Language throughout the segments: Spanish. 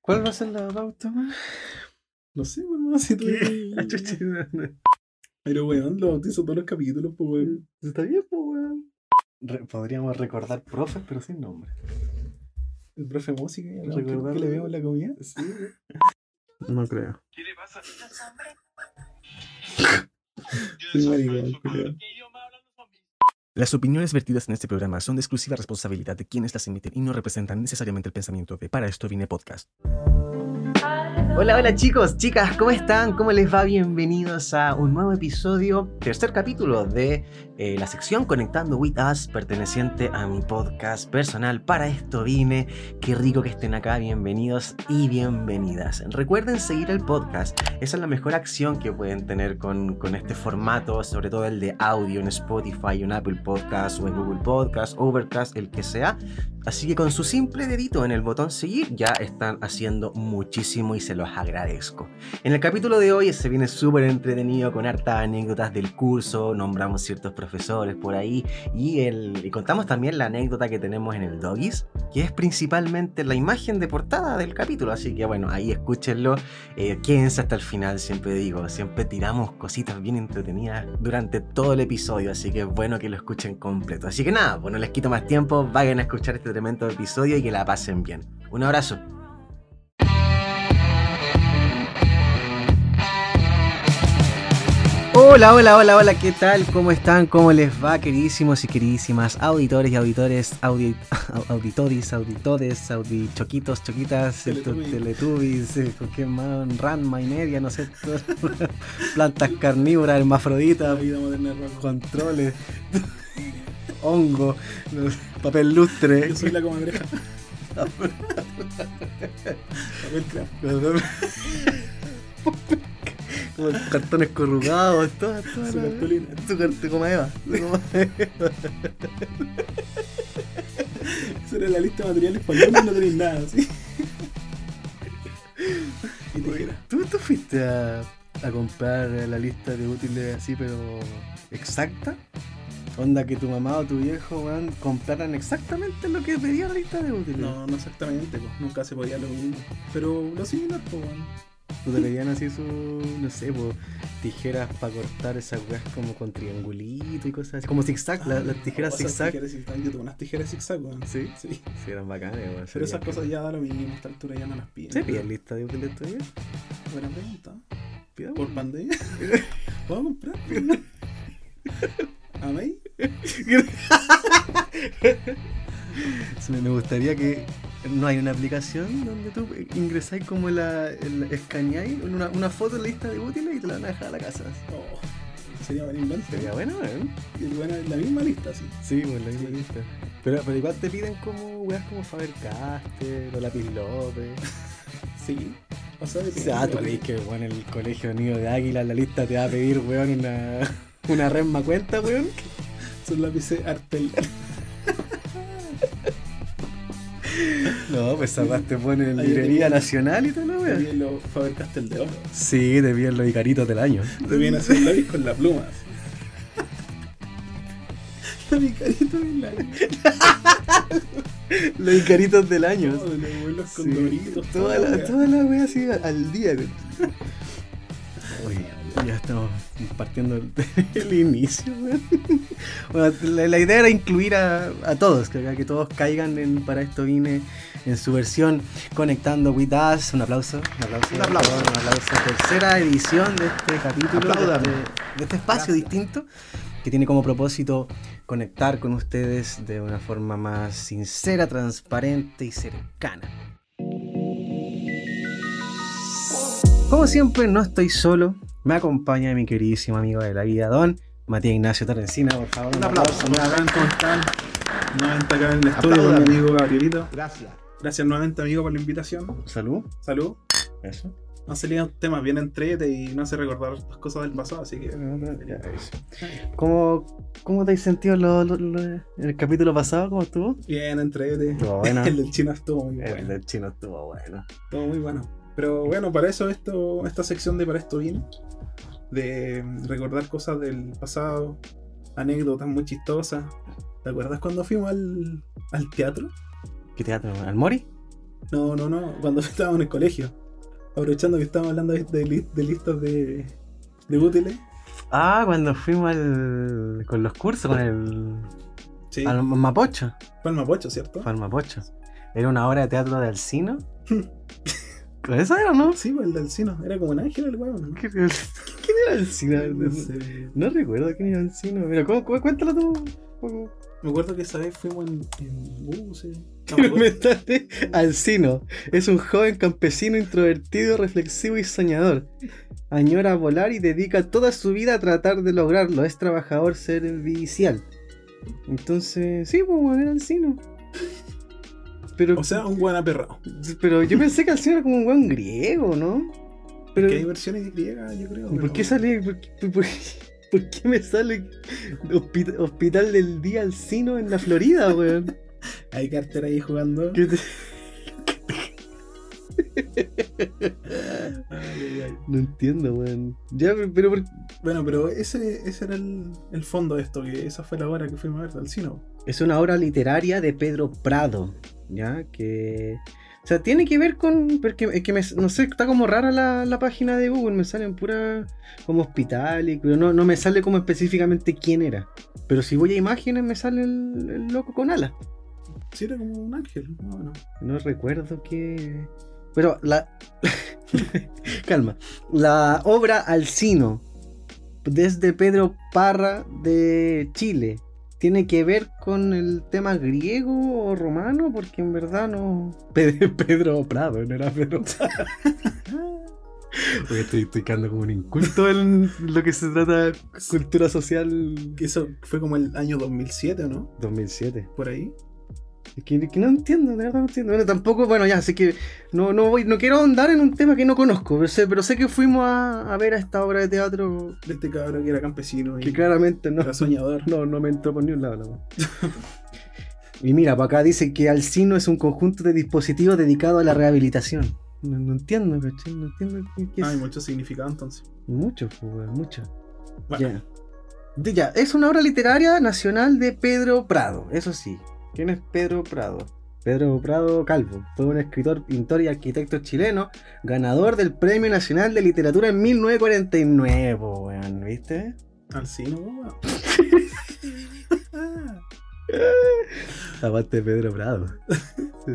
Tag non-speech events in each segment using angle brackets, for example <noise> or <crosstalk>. ¿Cuál va a ser la pauta más? No sé, weón. Si tú. <laughs> Chucha, no. Pero weón, lo bautizo todos los capítulos, pues weón. Mm. Está bien, pues, weón. Re- podríamos recordar profes, pero sin nombre. El profe música, ya no, Recordar- que le vemos la comida. Sí, No creo. Soy maricón, culiao. Las opiniones vertidas en este programa son de exclusiva responsabilidad de quienes las emiten y no representan necesariamente el pensamiento de Para esto vine podcast. Hola, hola chicos, chicas, ¿cómo están? ¿Cómo les va? Bienvenidos a un nuevo episodio, tercer capítulo de eh, la sección Conectando With Us, perteneciente a mi podcast personal. Para esto vine, qué rico que estén acá, bienvenidos y bienvenidas. Recuerden seguir el podcast, esa es la mejor acción que pueden tener con, con este formato, sobre todo el de audio en Spotify, en Apple Podcast o en Google Podcast, Overcast, el que sea. Así que con su simple dedito en el botón seguir ya están haciendo muchísimo y se los agradezco. En el capítulo de hoy se viene súper entretenido con hartas anécdotas del curso, nombramos ciertos profesores por ahí y, el, y contamos también la anécdota que tenemos en el Doggies, que es principalmente la imagen de portada del capítulo, así que bueno, ahí escúchenlo, eh, quédense hasta el final, siempre digo, siempre tiramos cositas bien entretenidas durante todo el episodio, así que es bueno que lo escuchen completo. Así que nada, pues no les quito más tiempo, vayan a escuchar este tremendo episodio y que la pasen bien. Un abrazo. Hola, hola, hola, hola, ¿qué tal? ¿Cómo están? ¿Cómo les va, queridísimos y queridísimas auditores y auditores, audi- <laughs> auditoris, auditores, audichoquitos, choquitas, eh, tu- Teletubbies. teletubbies, eh, con qué más, ranma y media, no sé, todas las <laughs> plantas carnívoras, hermafroditas, La vida moderna de Rocco. controles, <laughs> hongo, no sé, papel lustre. <laughs> Yo soy la comadreja. Papel craft. Como cartones corrugados, todas, todas. Su las- cartulina. Su cart- como Eva. como- Esa era la lista de materiales para y no tenéis nada, sí. Y tijera. ¿Tú, tú fuiste a, a comprar la lista de útiles así, pero exacta? Onda que tu mamá o tu viejo weón, compraran exactamente lo que pedía la lista de útiles. No, no exactamente, pues. Nunca se podía lo mismo. Pero lo similar, pues, weón. Tú te pedían así su, no sé, po, tijeras para cortar esas weas como con triangulito y cosas así. Como zigzag, la- las tijeras Ah, O sea, zigzag. tijeras zigzag. Yo tengo unas tijeras zigzag, weón. Sí, Sí. sí, eran bacanes, weón. Pero esas cosas ya da lo mismo, a esta altura ya no las piden. ¿Se piden lista de útiles todavía? Buena pregunta. Pidamos. ¿Por pandemia? <laughs> ¿Puedo comprar? ¿A mí? Sí, Me me gustaría que no hay una aplicación donde tú ingresáis como la, el- escaneáis una, una foto en la lista de útiles y te la van a dejar a la casa. Oh, sería buen invento. Sería bueno, ¿eh? Y bueno, es la misma lista, sí. Sí, pues la misma Sí. lista. Pero, pero igual te piden como weas como Faber Castell o Lápiz López. Sí. O sea, O depende, sea, Ah, tú ¿vale? crees que bueno, el colegio nido de águila en la lista te va a pedir, weón, una, una resma cuenta, weón. Son lápices <laughs> artel. No, pues además te ponen en Ahí te librería piden- nacional y todo, ¿no, weón? También los Faber Castell de <laughs> oro. Sí, te piden los icaritos del año. Te vienen a hacer lápiz con la pluma. así. La picarita de <laughs> la <laughs> Los icaritos del año. No, de los abuelos con Sí, doritos. Toda toda la, la- toda la wea así al- al día. güey. Uy, ya estamos partiendo el, <laughs> el inicio, weón. Bueno, la, la idea era incluir a, a todos, que, que todos caigan en Para esto vine en su versión Conectando with Us. Un aplauso, un aplauso. Un aplauso. Un aplauso. Tercera edición de este capítulo, de Aplaudan. este, de este espacio Gracias. distinto que tiene como propósito conectar con ustedes de una forma más sincera, transparente y cercana. Como siempre, no estoy solo. Me acompaña mi queridísimo amigo de la vida, don Matías Ignacio Torrencina, por favor. Un aplauso, ¿cómo están? ¿Cómo están? Nuevamente acá en el estudio con Aplaudan. mi amigo Gabrielito. Gracias. Gracias nuevamente, amigo, por la invitación. Salud. Salud. Eso. Han salido temas bien entrete y no hace recordar estas cosas del pasado, así que. ¿Cómo, cómo te has sentido lo- lo- lo- en el capítulo pasado? ¿Cómo estuvo? Bien entrete. Estuvo <laughs> bueno. El del chino estuvo muy bueno. Ah. del chino estuvo bueno. Estuvo muy bueno. Pero bueno, para eso esto, esta sección de Para esto viene. De mm, recordar cosas del pasado, anécdotas muy chistosas. ¿Te acuerdas cuando fuimos al, al teatro? ¿Qué teatro? ¿Al Mori? No, no, no. Cuando <laughs> estábamos en el colegio. Aprovechando que estábamos hablando de, de- de listas de, de útiles. Ah, cuando fuimos al- con los cursos, con el. Sí. Al Mapocho. Palma Pocho, ¿cierto? Ah. Fue al Mapocho. Era una obra de teatro de Alcino. ¿Con eso era, no? Sí, pues el del Sino. Era como un ángel el weón. ¿Qué- ¿Quién era Alcino? No <laughs> sé. No recuerdo quién era Alcino, pero ¿cómo, cómo- cuéntalo tú. un poco. Me acuerdo que esa vez fuimos en, en <laughs> bus. eh. No, me acuerdo. Ah, Inventaste Alcino. Es un joven campesino introvertido, reflexivo y soñador. Añora volar y dedica toda su vida a tratar de lograrlo. Es trabajador servicial. Entonces, sí, pues, weón, era Alcino. Pero, o sea, un weón aperrado. pero yo pensé que Alcino era como un weón griego, ¿no? Pero, Que hay versiones griegas, yo creo. ¿y ¿por pero- qué sale.? ¿Por qué, por- por- por qué me sale hospi- Hospital del Día Alcino en la Florida, weón? <laughs> Hay Carter ahí jugando. ¿Qué te- Ay, ay, ay. No entiendo, weón. Ya, pero, pero ¿por- Bueno, pero ese, ese era el, el fondo de esto, que esa fue la hora que fuimos a ver del Sino. es una obra literaria de Pedro Prado, ¿ya? Que... O sea, tiene que ver con... Porque es que me- no sé, está como rara la, la página de Google, me salen pura como hospital y pero no, no me sale como específicamente quién era. Pero si voy a imágenes me sale el, el loco con alas. Sí, era como un ángel. No, no. No recuerdo qué... Pero la... <laughs> Calma. La obra Alcino, desde Pedro Parra de Chile, ¿tiene que ver con el tema griego o romano? Porque en verdad <laughs> no... Pedro, Pedro Prado, no era Pedro <laughs> Parra. Oye, estoy, estoy quedando como un inculto en lo que se trata de cultura social Que eso fue como el año 2007, ¿o no? 2007. Por ahí. Es que, que no entiendo, de verdad no entiendo. Bueno, tampoco, bueno, ya, así que no, no voy, no quiero ahondar en un tema que no conozco, pero sé, pero sé que fuimos a, a ver a esta obra de teatro De este cabrón que era campesino y que claramente no, era soñador. no, no me entró por ni un lado. la wea. <laughs> y mira, para acá dice que Alcino es un conjunto de dispositivos dedicado a la rehabilitación. No, no entiendo, ¿cachai? No entiendo qué, <laughs> qué es. Hay mucho significado entonces. Mucho, pues, weón, mucho. Bueno. Ya. De- ya, es una obra literaria nacional de Pedro Prado, eso sí. ¿Quién es Pedro Prado? Pedro Prado Calvo fue un escritor, pintor y arquitecto chileno, ganador del Premio Nacional de Literatura en 1949, po, weón, ¿viste? Al Sino, weón. Aparte de Pedro Prado. <laughs>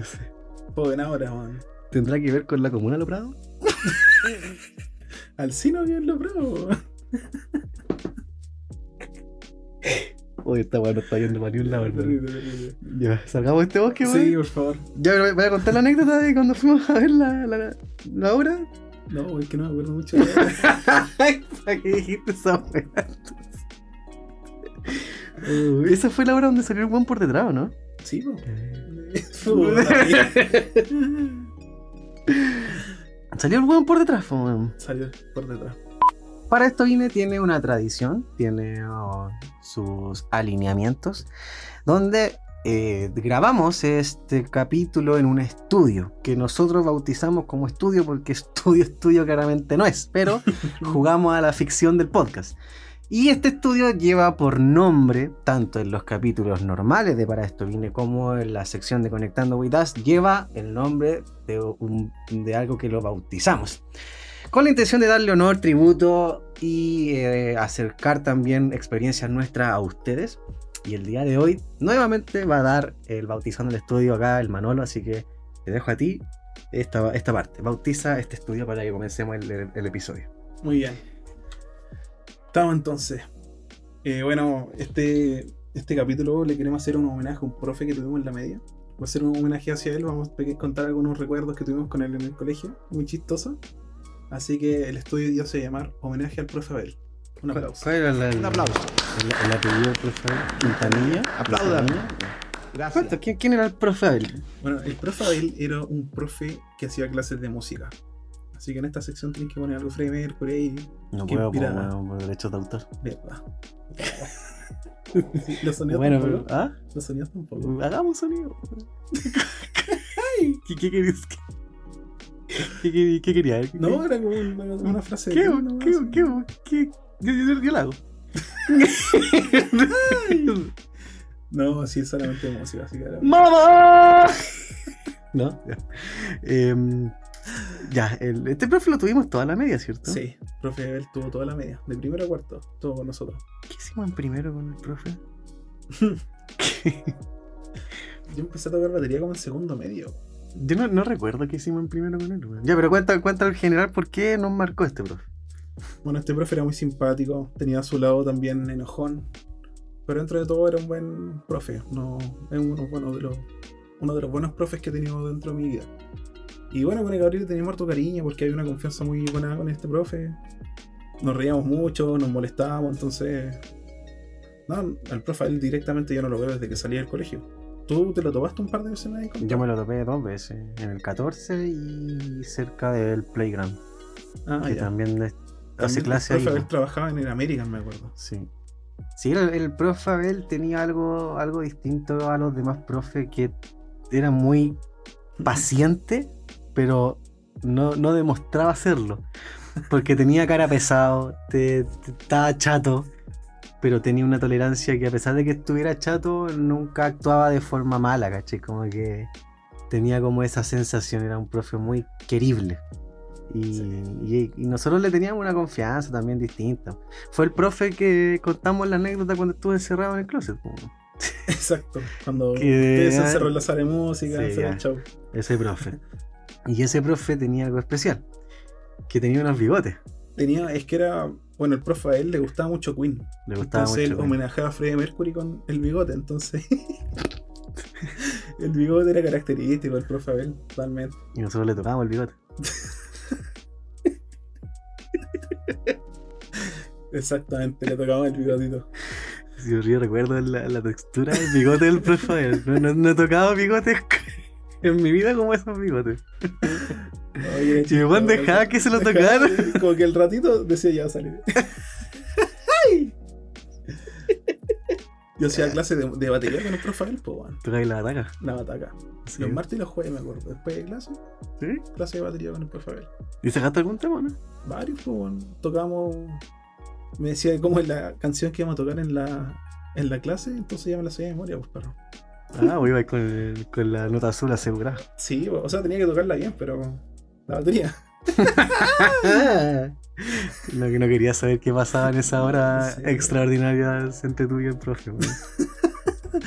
Joven ahora, weón. ¿Tendrá que ver con la comuna, lo Prado? Al Sino bien lo probó. Oye, esta weón no está yendo para ni un lado, hermano. Sí, Ya, salgamos de este bosque, weón. por favor. Ya, pero voy a contar la anécdota de cuando fuimos a ver la, la, la obra. No, es que no me acuerdo mucho. de- <laughs> ¿Para qué dijiste esa wea? Uy, Esa fue la hora donde salió el buen por detrás, ¿o ¿no? Sí, po. Puta, Salió el buen por detrás, po, weón. Salió por detrás. Para esto Vine tiene una tradición, tiene oh, sus alineamientos, donde eh, grabamos este capítulo en un estudio, que nosotros bautizamos como estudio porque estudio, estudio claramente no es, <laughs> pero jugamos a la ficción del podcast. Y este estudio lleva por nombre, tanto en los capítulos normales de Para esto Vine como en la sección de Conectando With Us, lleva el nombre de, un- de algo que lo bautizamos con la intención de darle honor, tributo y eh, acercar también experiencias nuestras a ustedes. Y el día de hoy nuevamente va a dar el bautizando el estudio acá el Manolo, así que te dejo a ti esta, esta parte. Bautiza este estudio para que comencemos el, el- el episodio. Muy bien. Estamos entonces. Eh, bueno, este, este capítulo le queremos hacer un homenaje a un profe que tuvimos en la media. Va a ser un homenaje hacia él. Vamos a pe- contar algunos recuerdos que tuvimos con él en el colegio. Muy chistoso. Así que el estudio ya se va a llamar Homenaje al profe Abel. Un aplauso. era Un aplauso. El, el apellido del profe Quintanilla. Aplaudan. Quintanilla. Gracias. ¿Cuánto? ¿Quién, quién era el profe Abel? Bueno, el profe Abel era un profe que hacía clases de música. Así que en esta sección tienen que poner algo Freddie Mercury ahí. No Qué puedo, por, pirata. weón, por derechos de autor. <laughs> Verdad. Los sonidos Bueno, pero, tampoco. ¿ah? Los sonidos tampoco. Hagamos sonido. ¿Qué, qué querías? ¿Qué, qué, qué, qué querías? No, era como una, una frase. ¿Qué? de- ¿Qué? ¿Qué? ¿Qué? qué- Yo, yo, yo la hago. No, sí, solamente música, así que era- ¡Mamá! ¿No? Ya. Em, ya, el- este profe lo tuvimos toda la media, ¿cierto? Sí, profe Bebel tuvo toda la media, de primero a cuarto, todo con nosotros. ¿Qué hicimos en primero con el profe? <laughs> Yo empecé a tocar batería como en segundo medio. Yo no, no recuerdo qué hicimos en primero con él. weón. Ya, pero cuenta, cuenta al general por qué nos marcó este profe. Bueno, este profe era muy simpático, tenía a su lado también enojón, pero dentro de todo era un buen profe, no, es uno, bueno, de los, uno de los buenos profes que he tenido dentro de mi vida. Y bueno, con el Gabriel teníamos harto cariño porque había una confianza muy buena con este profe. Nos reíamos mucho, nos molestábamos, entonces... No, al profe a él directamente ya no lo veo desde que salí del colegio. ¿Tú te lo tomaste un par de veces en el Yo me lo topé dos veces, en el 14 y cerca del Playground, Ah, que ya. también es- hace También clase ahí. El profe Abel ¿no? trabajaba en el American, me acuerdo. <laughs> Sí. Sí, el, el profe Abel tenía algo, algo distinto a los demás profes que era muy paciente, pero no, no demostraba serlo. Porque tenía cara pesado, te, te- estaba chato, pero tenía una tolerancia que a pesar de que estuviera chato, nunca actuaba de forma mala, ¿cachai? Como que tenía como esa sensación, era un profe muy querible. Y, y- y nosotros le teníamos una confianza también distinta. Fue el profe que contamos la anécdota cuando estuve encerrado en el closet. po. Exacto, cuando Que- ustedes se encerró en la sala de música, Sí, se ya. el show. Ese profe. Y ese profe tenía algo especial. Que tenía unos bigotes. Tenía, es que era, bueno, el profe a él le gustaba mucho Queen. Le gustaba entonces él mucho. homenajeaba a Freddie Mercury con el bigote, entonces. <laughs> el bigote era característico del profe Abel, totalmente. Y nosotros le tocábamos el bigote. Exactamente, le tocaba el bigotito. Si yo recuerdo la, la textura del bigote del profe. Abel. No, no- no he tocado bigotes <laughs> en mi vida como esos bigotes. Oye, Si me chico, van dejaba que se lo dejaba- <laughs> tocaran. Como que el ratito decía ya va a salir. <laughs> ¡Ay! Yo hacía clase de, de batería con el profe Abel, pues, bueno, Tocáis la bataca. la bataca. Sí. Los martes y los jueves, me acuerdo. Después de clase, ¿Sí? clase de batería con el profe Abel. ¿Y sacaste algún tema, no? Varios, pues, weón. tocamos. Me decía cómo es la canción que íbamos a tocar en la, en la clase, entonces ya me la sabía de memoria, pues, perro. Ah, voy a ir con, el- con la nota azul asegurada. Sí, pues, o sea, tenía que tocarla bien, pero la batería. <laughs> No, que no quería saber qué pasaba en esa hora Sí. extraordinaria entre tú y el profe. weón.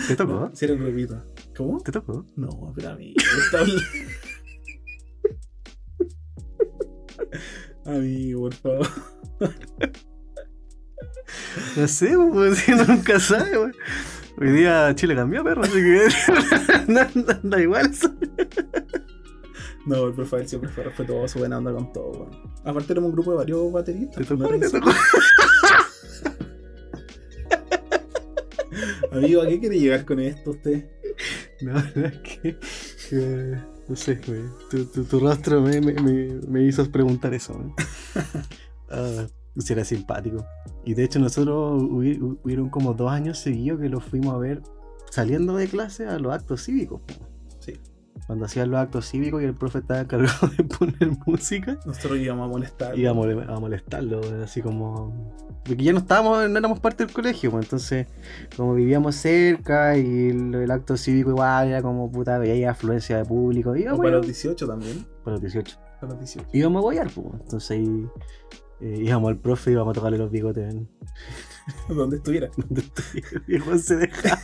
¿Te tocó? <laughs> No, sí, era un grupito. ¿Cómo? ¿Te tocó? No, pero a mí. está <laughs> hablando- Amigo, por favor. No sé, pues, <laughs> si uno nunca sabe, weón. Hoy día Chile cambió, perro, así que <laughs> no, no- da igual eso. No, el profe Abel siempre fue respetuoso, buena onda con todo, weón. Aparte, éramos un grupo de varios bateristas. ¿Te tocó? no era ¿Te que- tocó? <laughs> Amigo, ¿a qué quiere llegar con esto usted? <laughs> No, no, es que... que, no sé, weón. Tu, tu- tu rostro me, me- me- me hizo preguntar eso, weón. Ah, si era simpático. Y de hecho nosotros hubi- hu- hubieron como dos años seguidos que los fuimos a ver saliendo de clase a los actos cívicos. po. Sí. Cuando hacían los actos cívicos y el profe estaba encargado <laughs> de poner música. Nosotros íbamos a molestar. Y a, mole- a molestarlo, weón, así como... Porque ya no estábamos, no éramos parte del colegio, pues, entonces como vivíamos cerca y el, el acto cívico igual era como puta, veía afluencia de público, y O íbamos para a los 18 también. para los 18. A los 18. Íbamos a guayar, pues, weón. entonces ahí eh, íbamos al profe y íbamos a tocarle los bigotes en <laughs> Donde estuviera. donde estuviera. <laughs> Y el weón se deja.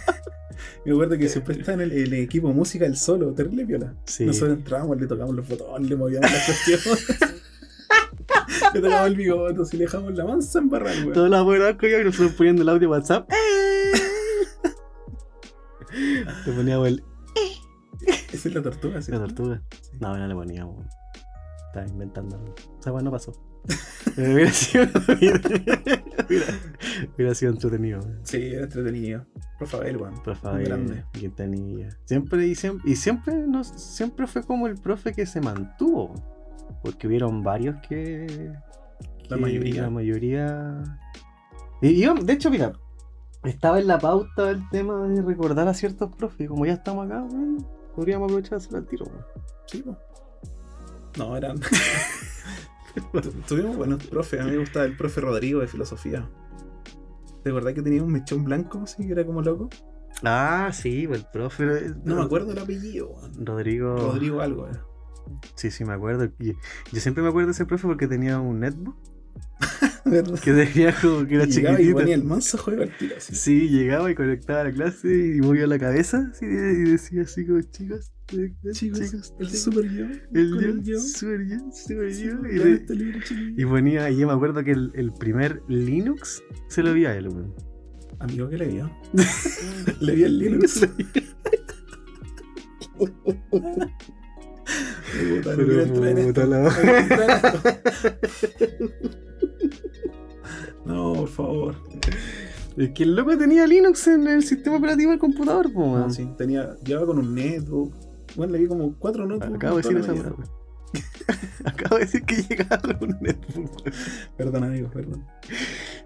Me acuerdo que siempre está en el, el equipo música el solo, terrible viola. Sí. Nosotros entrábamos, le tocamos los botones, le movíamos las cuestiones. <laughs> le tocamos el bigote, si le dejamos la mansa en barra, weón. Todos los abuelos que yo y nosotros poniendo el audio WhatsApp. <laughs> le poníamos el, Esa es la tortuga, ¿sí? la tortuga. Sí. No, no le poníamos. Estaba inventando. algo. Esa weá no <laughs> pasó. Pero hubiera sido. <laughs> hubiera, hubiera sido entretenido. weón. Sí, era entretenido. Por favor, weón. Por favor, grande. Quintanilla. Siempre y siempre, y siempre, nos, siempre fue como el profe que se mantuvo. Porque hubieron varios que La que mayoría. La mayoría. Y yo, de hecho, mira, estaba en la pauta el tema de recordar a ciertos profes. y Como ya estamos acá, weón, podríamos aprovechar de hacer el tiro. weón. Sí, po. No, eran. <laughs> Tu- Tuvimos buenos profes. A mí me gustaba el profe Rodrigo de filosofía. ¿Te acordás que tenía un mechón blanco así que era como loco? Ah, sí, pues el profe. No me acuerdo el apellido, weón. Rodrigo. Rodrigo algo era. Sí, sí, me acuerdo. Yo, yo siempre me acuerdo de ese profe porque tenía un netbook <laughs> ¿Verdad? que <laughs> tenía como que era Y llegaba y chiquitito. ponía el manso juego al tiro. así. Sí, llegaba y conectaba la clase y movía la cabeza así, y decía así como, chicos, chicos, Chicos, chicos, el chicos, super yo. el con yo, el yo. super yo, super Sí, este yo", y ya le- está libre, chiquillo. Y ponía, y yo me acuerdo que el, el primer Linux se lo vi a él, weón. Amigo, ¿qué le <laughs> vio? le vi el Linux. Me botaron, Pero quiero entrar en me esto, botó la- no quiero entrar en esto. No, por favor. Es que el loco tenía Linux en el sistema operativo del computador, po, weón. No, sí, tenía, llevaba con un netbook. Bueno, le vi como cuatro notebooks. Acabo de toda decir la esa mañana. weá, weón. <laughs> Acabo de decir que llegaba con un netbook, weón. Perdón, amigos, perdón.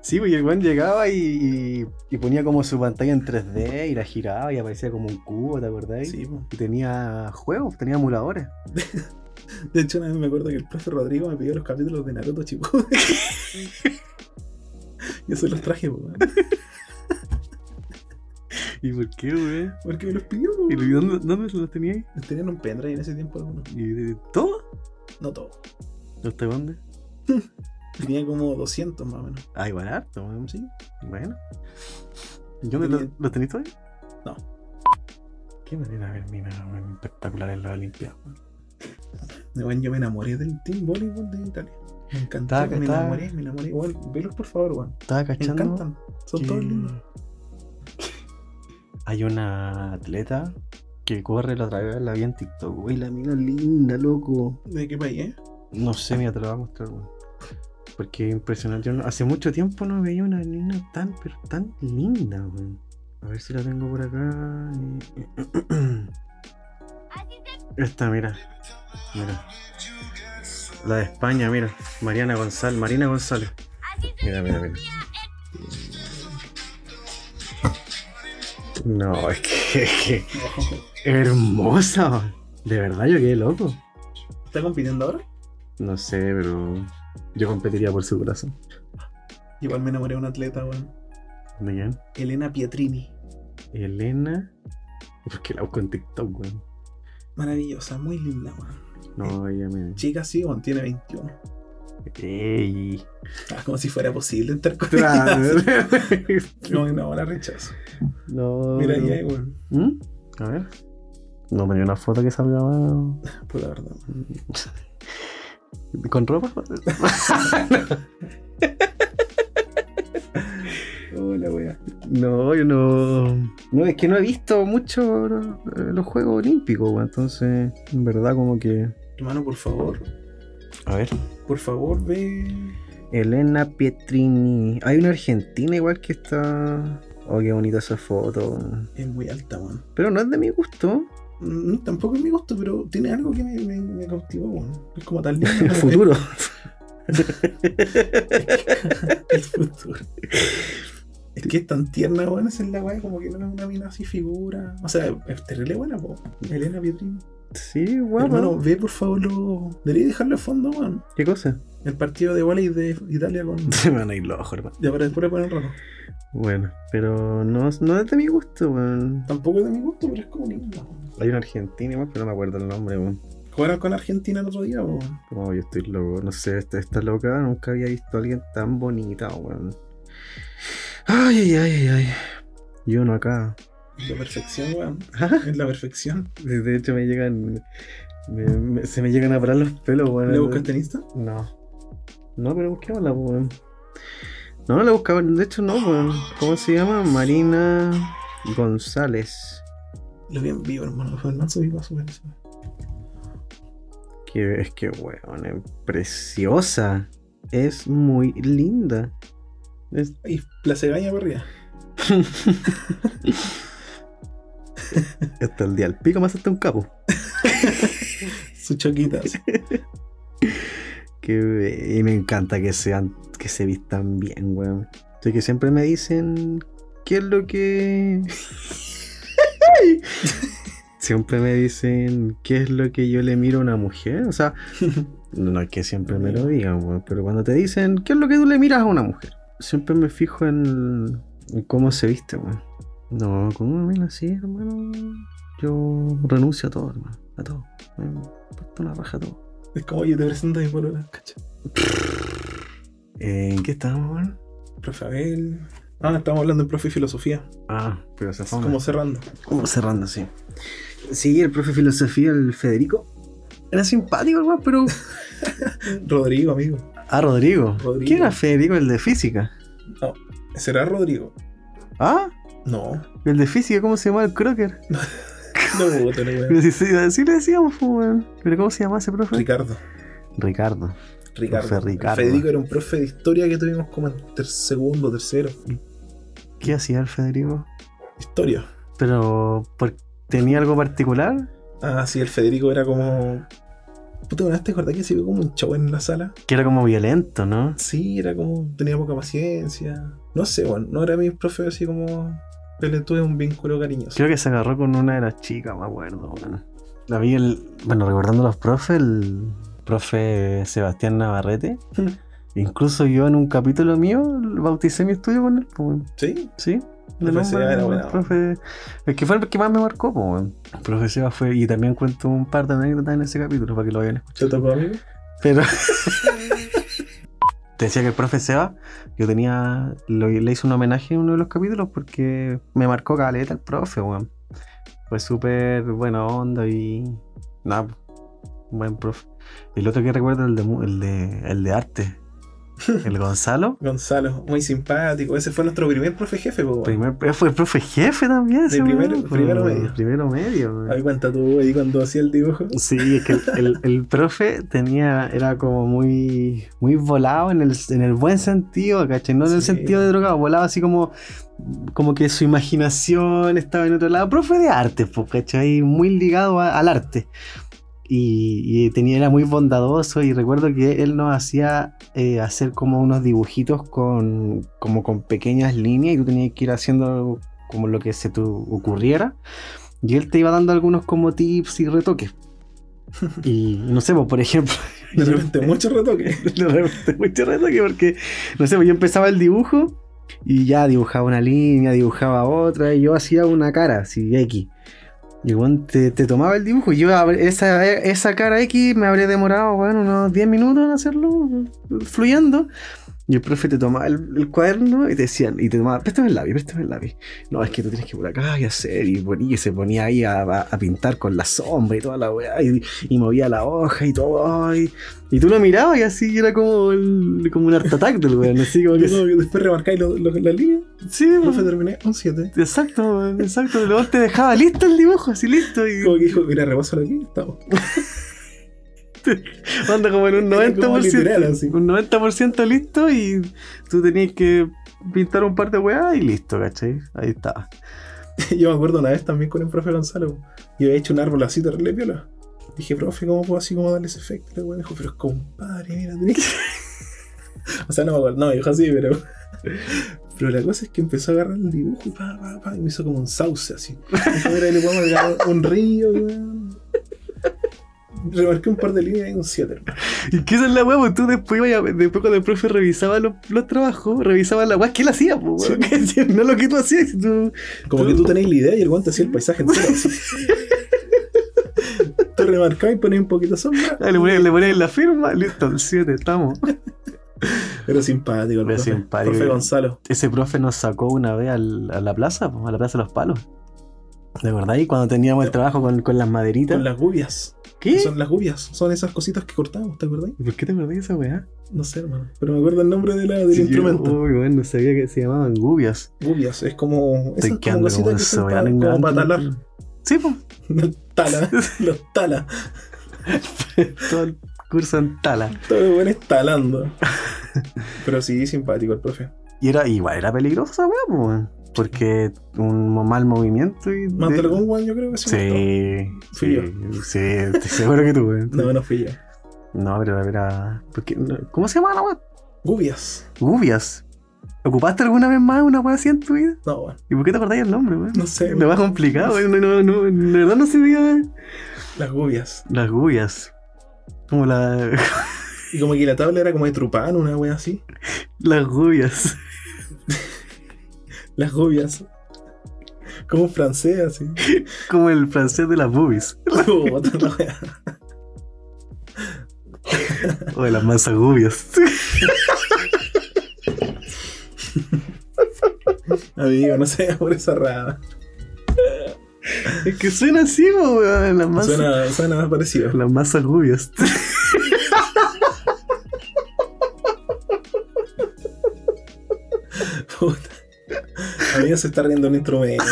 Sí, pues y el weón llegaba y, y- y ponía como su pantalla en 3D y la giraba y aparecía como un cubo, ¿te acordáis? Sí, po. Y tenía juegos, tenía emuladores. De hecho, una vez me acuerdo que el profe Rodrigo me pidió los capítulos de Naruto <laughs> Shippuden. <laughs> Yo se los traje, po, weón. ¿Y por qué, weón? Porque me los pidió, po, ¿Y weón. lo- dónde, dónde se los tenía ahí? Los Tenían un pendrive en ese tiempo algunos. ¿Y toma? No todos. ¿Los te este dónde? Tenía como 200 más o menos. Ah, igual harto, weón. Sí. Bueno. ¿Y dónde Tenía- lo, lo tenéis todavía? No. Qué manera de ver minas weón, espectaculares en la Olimpiada. weón. De bueno, yo me enamoré del Team Voleibol de Italia. Me encantó, Está- me está- enamoré, me enamoré. Bueno, velos por favor, weón. Estaba Me cachando. encantan. Son que todos lindos. Hay una atleta que corre la otra vez, la vi en TikTok, güey, la mina linda, loco. ¿De qué país, eh? <laughs> No sé, mira, te la voy a mostrar, güey. Porque es impresionante. Yo no- hace mucho tiempo no veía una niña tan, pero tan linda, güey. A ver si la tengo por acá. eh. <clears throat> Esta, mira. Mira. La de España, mira. Mariana González, Marina González. Mira, mira, mira. No, es que, es que hermosa. De verdad, yo quedé loco. ¿Está compitiendo ahora? No sé, pero yo competiría por su corazón. Igual me enamoré de una atleta, weón. ¿De quién? Elena Pietrini. Elena. ¿Por qué la busco en TikTok, weón? Maravillosa, muy linda, weón. No, ella me. Chica, sí, weón, tiene 21. ¡Ey! <laughs> Ah, como si fuera posible entrar con <laughs> ella. no, No, no, la rechazo. no. Mira, ya, weón. ¿Mm? A ver. No tenía una foto que salga más. Puta Pues verdad. ¿Con ropa? <laughs> Hola, weón. no, yo no. No, es que no he visto mucho eh, los Juegos Olímpicos, weón. Entonces, en verdad, como que. Hermano, por favor. A ver. Por favor, ve. Elena Pietrini. Hay una argentina igual que está. Oh, qué bonita esa foto. Es muy alta, weón. Pero no es de mi <laughs> gusto. Mm, tampoco es mi gusto, pero tiene algo que me, me, me cautivó, weón. Es <laughs> como tal linda, El como- futuro. El futuro. Es que es tan tierna, weón, esa es la weá, como que no es una mina así figura. O sea, es terrible buena, po. Elena Pietrini. Sí, guapo. Hermano, ve por favor lo. Debería dejarlo de fondo, weón. ¿Qué cosa? El partido de volei de Italia <laughs> con. Se me van a ir los ojos, hermano. Ya, pero después le ponen rojo. Bueno, pero no, no es de mi gusto, weón. Tampoco es de mi gusto, pero es como linda, weón. Hay una argentina igual, pero no me acuerdo el nombre, weón. Jugaron con Argentina el otro día, po, weón. No, yo estoy loco. No sé, esta, esta loca nunca había visto a alguien tan bonita, weón. Ay, ay, ay, ay. Y uno acá. La perfección, <laughs> weón. Es la perfección. De de hecho, me llegan. me- me- se me llegan a parar los pelos, weón. ¿Le buscaste en Insta? No. No, pero busquémosla, po, weón. No, la buscaba. De hecho, no, weón. ¿Cómo se llama? Marina González. Lo vi en vivo, hermano. Fue el manso vivo a su vez. Que es que, weón, es preciosa. Es muy linda. Es- Y la cegaña por arriba. Hasta el día al pico más hasta un capo. Sus <laughs> choquitas. Que be- y me encanta que sean, que se vistan bien, weón. Así que siempre me dicen qué es lo que. <laughs> Ay. siempre me dicen qué es lo que yo le miro a una mujer. O <laughs> sea, no es que siempre me lo digan, weón, pero cuando te dicen qué es lo que tú le miras a una mujer, siempre me fijo en, en cómo se viste, weón. No, ¿cómo me así, hermano? Yo renuncio a todo, hermano. A todo. Me importa una raja todo. Es como, oye, te presento a mi polola, cacha. ¿En qué estamos, weón? Profe Abel. Ah, estamos hablando del profe de filosofía. Ah, pero se Es como cerrando. Como cerrando, sí. Sí, el profe de filosofía, el Federico. Era simpático, el weón, pero. Rodrigo, amigo. Ah, Rodrigo. Rodrigo. ¿Quién era Federico? El de física. ¿Será Rodrigo? ¿Ah? No. El de física, ¿cómo se llama el Crocker? No, puta la Pero <laughs> wea. si, si- así le decíamos, pues, weón. ¿Pero cómo se llama ese profe? Ricardo. Ricardo. Ricardo. Profe Ricardo. Federico era un profe de historia que tuvimos como en ter- segundo, tercero. ¿Qué hacía el Federico? Historia. Pero. ¿por- ¿Tenía algo particular? Ah, sí, el Federico era como. Puta, ¿no te acordás que se vio como un chavo en la sala? Que era como violento, ¿no? Sí, era como. tenía poca paciencia. No sé, bueno, no era mi profe así como. que le tuve un vínculo cariñoso. Creo que se agarró con una de las chicas, me acuerdo, weón. La vi el. Bueno, recordando los profes, el profe Sebastián Navarrete. Mm. Incluso yo en un capítulo mío bauticé mi estudio con él, pues, weón. Sí, ¿sí? El profe Seba era bueno. profe, el que fue el que más me marcó, pues, weón. El profe Seba fue. Y también cuento un par de anécdotas en ese capítulo para que lo vayan a escuchar. ¿te tocó a mí? Pero. <laughs> Te decía que el profe Seba, yo tenía. lo- le hice un homenaje en uno de los capítulos porque me marcó caleta el profe, weón. Fue súper buena onda y. Nada, po, un buen profe. El otro que recuerdo el de, mu- el de, el de <laughs> arte. El Gonzalo. Gonzalo, muy simpático. Ese fue nuestro primer profe jefe, po, weón. Primer, eh, fue el profe jefe también. ese primero- weón, po, primero medio. Primero medio, weón. Ahí cuenta tú ahí cuando hacía el dibujo. Sí, es que el, el- el profe tenía, era como muy, muy volado en el, en el buen sentido, ¿cachai? No en el Sí. sentido de drogado, volado así como, como que su imaginación estaba en otro lado. Profe de arte, pues, ¿cachai? Muy ligado a- al arte. Y, y tenía, era muy bondadoso y recuerdo que él nos hacía eh, hacer como unos dibujitos con, como con pequeñas líneas y tú tenías que ir haciendo como lo que se te ocurriera. Y él te iba dando algunos como tips y <laughs> retoques. Y no sé, pues, por ejemplo, De repente, mucho retoque. <laughs> de repente mucho retoque porque, no sé, pues, yo empezaba el dibujo y ya dibujaba una línea, dibujaba otra y yo hacía una cara, así X. Y el weón te, te tomaba el dibujo y yo abr- esa, e, esa cara X me habría demorado, bueno, unos 10 minutos en hacerlo, fluyendo. Y el profe te tomaba el, el cuaderno y te decían, y te tomaba, préstame el lápiz, préstame el lápiz. No, es que tú tienes que por acá y hacer, y, pon- y se ponía ahí a, a- a pintar con la sombra y toda la weá, y, y movía la hoja y todo, ay. y, tú lo mirabas y así era como, el- como un art attack del weón, así como Yo que... como que después remarcáis lo- lo- la línea. Sí, Profe, weón. terminé un 7. Exacto, weón, exacto. Luego te dejaba listo el dibujo, así listo. Y Como que dijo, mira, repásalo aquí, estamos. anda como en un <laughs> Era como 90%. literal, así. Un 90% listo y tú tenías que pintar un par de weas y listo, ¿cachai? Ahí estaba. <laughs> Yo me acuerdo una vez también con el profe Gonzalo. Yo había hecho un árbol así de le piola. Dije, profe, ¿cómo puedo así como darle ese efecto? Le dijo, pero compadre, mira, tenés que-". <laughs> O sea, no me acuerdo, no me dijo así, pero. <laughs> Pero la cosa es que empezó a agarrar el dibujo y, pa, pa, pa, y me hizo como un sauce así. Dijo, mira, le podemos agregar un río, weón. Remarqué un par de líneas y un 7. Y que esa es la wea, pues tú después, ibas a- después cuando el profe revisaba los, los trabajos, revisaba la wea que él hacía, pues, Sí. weón. <laughs> ¿cachai? No lo que tú hacías, si tú. Como que tú tenés la idea y el guante hacía el paisaje entero. así. Tú remarcabas y ponías un poquito de sombra. Ah, Le ponías, le ponías la firma, listo, el 7, estamos. Era simpático el Era profe. simpático. Profe Gonzalo. ese profe nos sacó una vez al- a la plaza, po, a la plaza de los palos. ¿De verdad? Y cuando teníamos el trabajo con, con las maderitas. Con las gubias. ¿Qué? Son las gubias. Son esas cositas que cortamos, ¿te acordás? ¿Por qué te acordás de esa weá? No sé, hermano. Pero me acuerdo el nombre de la, del Sí, instrumento. Uy, bueno, no sabía que se llamaban gubias. Gubias. Es como. Esas Estoy como quedando como cositas un que son para, soberano como para ignorante. talar. <laughs> Sí, pues. <laughs> Tala. Los tala. Todo el curso en tala. Todo bueno es <laughs> talando. Pero sí, simpático el profe. Y era, igual era peligroso esa weá, po, weón. Porque un mo- mal movimiento y. Más de- de algún weón, yo creo que sí. me Sí, Fui sí, sí, estoy seguro que tú, weón. gustó. <laughs> No, no fui yo. No, pero era. porque- no- ¿Cómo se llama la weá? Gubias. Gubias. ¿Ocupaste alguna vez más una weá así en tu vida? No, bueno. ¿Y por qué te acordáis el nombre, weón? No sé. Me va complicado, weón. No, no, no, de verdad no se veía. Las gubias. Las gubias. Como la, <laughs> Y como que la tabla era como de trupán, una wea así. las gubias. Las gubias. Como francés, así. Como el francés de las boobies. Puta la wea. O de las mansagubias. Amigo, no se vaya por esa rama. <laughs> Es que suena así, po, weón. Las mansa- Suena, suena más parecido. Las mansagubias. Puta. Amigo, se está riendo un instrumento.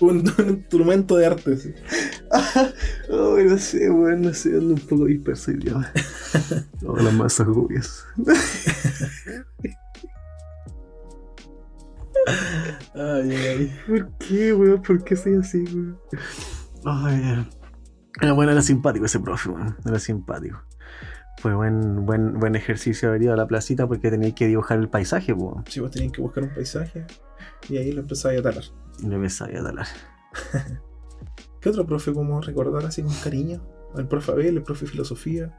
un, un instrumento de arte. sí. Oh, no sé, weón. No sé, ando un poco disperso hoy día, weón. <laughs> O las mansagubias. Ay, ay. ¿Por qué, weón? ¿Por qué soy así, weón? Ay, eh. era bueno, era simpático ese profe, weón. Era simpático. Fue buen, buen, buen ejercicio haber ido a la placita porque tenía que dibujar el paisaje, weón. Si vos tenías pues que buscar un paisaje y ahí lo empezabas a talar. Y no me sabía talar. ¿Qué otro profe como recordar así con cariño? El profe Abel, el profe Filosofía,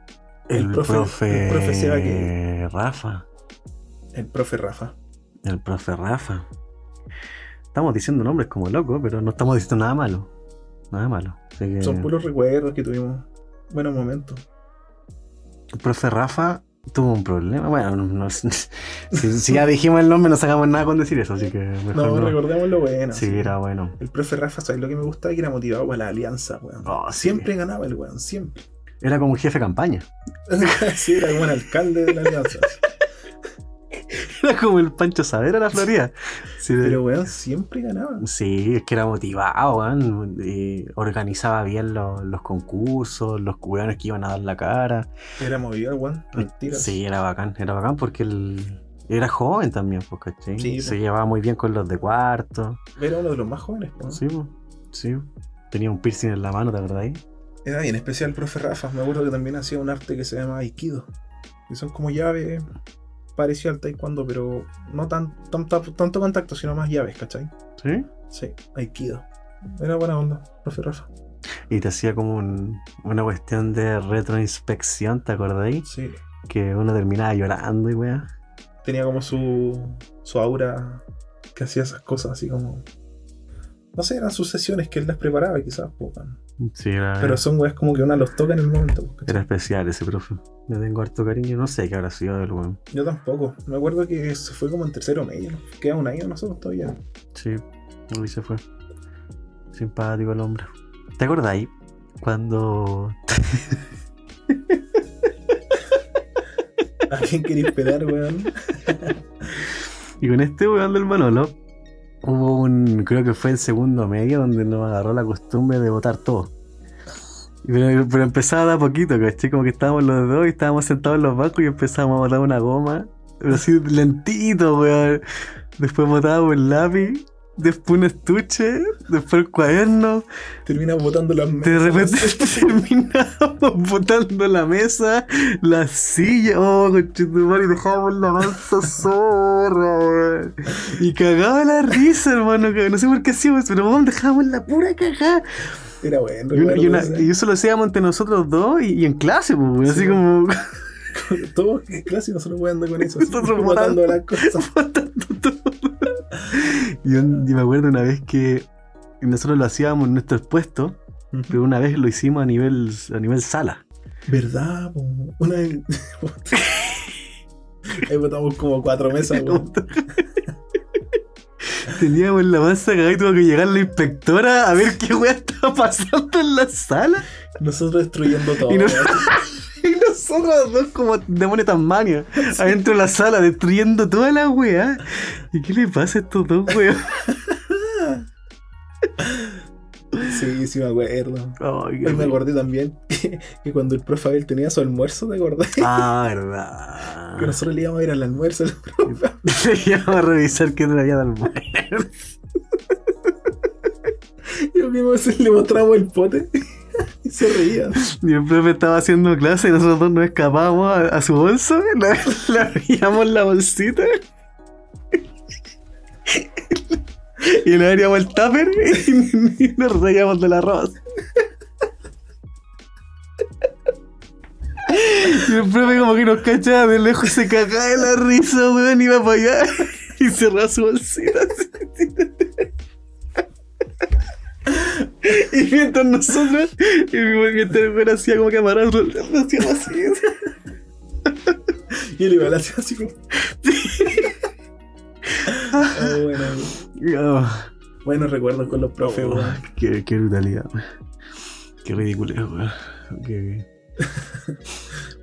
El, El profe, profe- el profe Seba Rafa. el profe Rafa. El profe Rafa. Estamos diciendo nombres como locos, pero no estamos diciendo nada malo. Nada malo. Así que, Son puros recuerdos que tuvimos. Buenos momentos. El profe Rafa tuvo un problema. Bueno, no- no- <laughs> si, si ya dijimos el nombre, no sacamos nada con decir eso, así que mejor No, no. recordemos lo bueno. Sí, sí. era bueno. El profe Rafa, ¿sabes lo que me gustaba? Que era motivado para la alianza, weón. Oh, sí. Siempre ganaba el weón, siempre. <laughs> Era como un jefe de campaña. <laughs> sí, era como el alcalde de la alianza. Era como el Pancho Savera de la Florida. Sí, Pero weón, siempre ganaba. sí, es que era motivado, weón. Eh, organizaba bien lo- los concursos, los cubanos que iban a dar la cara. Era movido, weón. al tiro. Sí, era bacán, era bacán porque él era joven también, pues, ¿cachai? Sí, Se pues. llevaba muy bien con los de cuarto. Era uno de los más jóvenes, weón. Sí, pues, sí. Tenía un piercing en la mano, ¿te acordás? Era bien especial el profe Rafa. Me acuerdo que también hacía un arte que se llama Aikido. Que son como llaves. Parecía al taekwondo, pero no tan, tan- tan- tanto contacto, sino más llaves, ¿cachai? Sí. Sí, Aikido. Era buena onda, profe Rafa. Y te hacía como un- una cuestión de retroinspección, ¿te acordáis? Sí. Que uno terminaba llorando y weá. Tenía como su, su aura que hacía esas cosas así como. No sé, eran sus sesiones que él las preparaba, quizás, po, weón. Sí, era, Pero son weas como que una los toca en el momento, po, ¿cachai? Ah. era especial ese profe. Le tengo harto cariño, no sé qué habrá sido del weón. Yo tampoco. Me acuerdo que se fue como en tercero medio. Queda un año nosotros todavía. <laughs> Sí, ahí se fue. Simpático el hombre. ¿Te acordáis cuando ¿A quién queréis pegar, weón? Y con este weón del Manolo, hubo un. Creo que fue el segundo medio donde nos agarró la costumbre de votar todo. Pero, pero empezaba de a poquito, ¿cachai? Como que estábamos los dos y estábamos sentados en los bancos y empezábamos a votar una goma. Pero así lentito, weón. Después votábamos el lápiz, después un estuche, después el cuaderno. Termina botando las De mesas. repente <laughs> terminábamos botando la mesa, la silla, oh, conchetumar, y dejábamos la mansa zorra, weón. Y cagaba la risa, hermano, que no sé por qué hacíamos, pero weón, dejábamos la pura cagada. Era bueno. Y, una- y una- recuerdo, y eso lo hacíamos entre nosotros dos y, y en clase, pues, weón, así Sí. como <laughs> ¿sí? Todos en clase y nosotros jugando con eso. así, Nosotros botando botando. las cosas. botando todo. Y un- y me acuerdo una vez que nosotros lo hacíamos en nuestros puestos, pero una vez lo hicimos a nivel, a nivel sala. ¿Verdad? po? Una vez- <laughs> Ahí botamos como cuatro <laughs> mesas, weón. Teníamos la masa cagada y tuvo que llegar la inspectora a ver qué weá estaba pasando en la sala. Nosotros destruyendo todo. Y no- weón. Y nosotros dos como demonios Tasmania, adentro de la sala, destruyendo toda la weá. ¿Y qué le pasa a estos dos weón? Sí, sí, me acuerdo. Ay, qué <laughs> Hoy me rico. acordé también <laughs> que, que cuando el profe Abel tenía su almuerzo, ¿te acordás? Ah, Que verdad. nosotros le íbamos a ir al almuerzo. al profe Abel. Teníamos a revisar qué traía de almuerzo. Y lo mismo se- le mostramos el pote <laughs> y se reía. <laughs> Y el profe estaba haciendo clase y nosotros dos nos escapábamos a, a su bolso, la- <laughs> le abríamos la bolsita. Y le abríamos el tupper y, y nos reíamos del arroz. Y el profe como que nos cachaba de lejos, se cagaba de la risa, weón, iba para allá y cerraba su bolsita. Y mientras nosotros, y mientras el güey hacía como camarazzo, lo hacía <laughs> así. Y él iba a hacer así como. Ah. Oh, bueno, Oh, buenos recuerdos con los profes, oh, weón. qué, qué brutalidad, güey. Qué ridículo, güey. Ok, ok.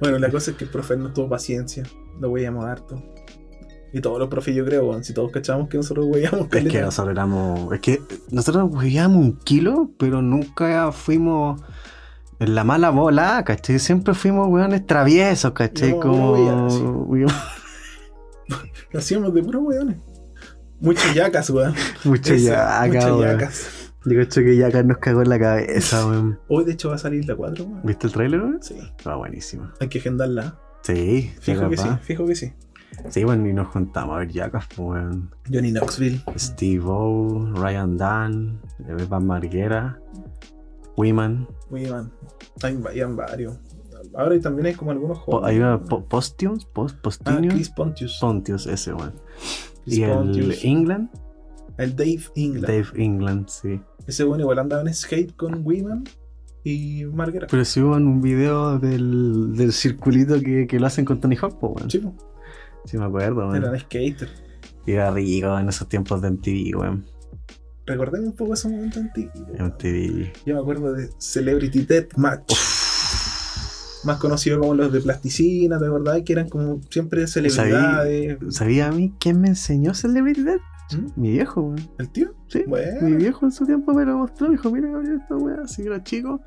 Bueno, la cosa es que el profe no tuvo paciencia. Lo huellamos harto. Y todos los profes, yo creo, weón. Si todos cachamos que nosotros huellamos, Es que caleta. nosotros éramos. Es que nosotros jugábamos un kilo, pero nunca fuimos en la mala bola, ¿cachai? Siempre fuimos weones traviesos, ¿cachai? No, ya, sí. Como. <laughs> Lo hacíamos de puros weones. Muchos yacas, weón. Mucho Eso, yaca, muchas weón. yacas. Yo cacho que yaca nos cagó en la cabeza, weón. Hoy, de hecho, va a salir la 4, weón. ¿Viste el tráiler, weón? Sí. Estaba Ah, buenísimo. Hay que agendarla. Sí, Fijo de que sí, verdad. fijo que sí. Sí, bueno, y nos juntamos a ver yacas, pues, weón. Johnny Knoxville. Steve O, Ryan Dunn, Evan Marguera, Wiman. Muy van. Hay, hayan varios. Ahora también hay como algunos Po- juegos. Hay una po- Postium, Post, Ah, Postinium. Chris Pontius. Pontius, ese weón. Chris Y el Pontius. England, El Dave England. Dave England, sí. Ese bueno igual andaba en skate con Wiman y Marguera. Pero si hubo en un video del, del circulito que, que lo hacen con Tony Hawk, po, weón. Sí. Sí, po, me acuerdo, weón. eran skaters. Y era rico en esos tiempos de MTV, weón. Recordemos un poco ese momento antiguo. MTV. Yo me acuerdo de Celebrity Death Match. Más conocido como los de plasticina, ¿te acordás? Que eran como siempre celebridades. ¿Sabía a mí quién me enseñó Celebrity Death? ¿Mm? Mi viejo, weón. ¿El tío? Sí. Mi Bueno. viejo en su tiempo me lo mostró, me dijo, mira Gabriel, esta weá, así que era chico.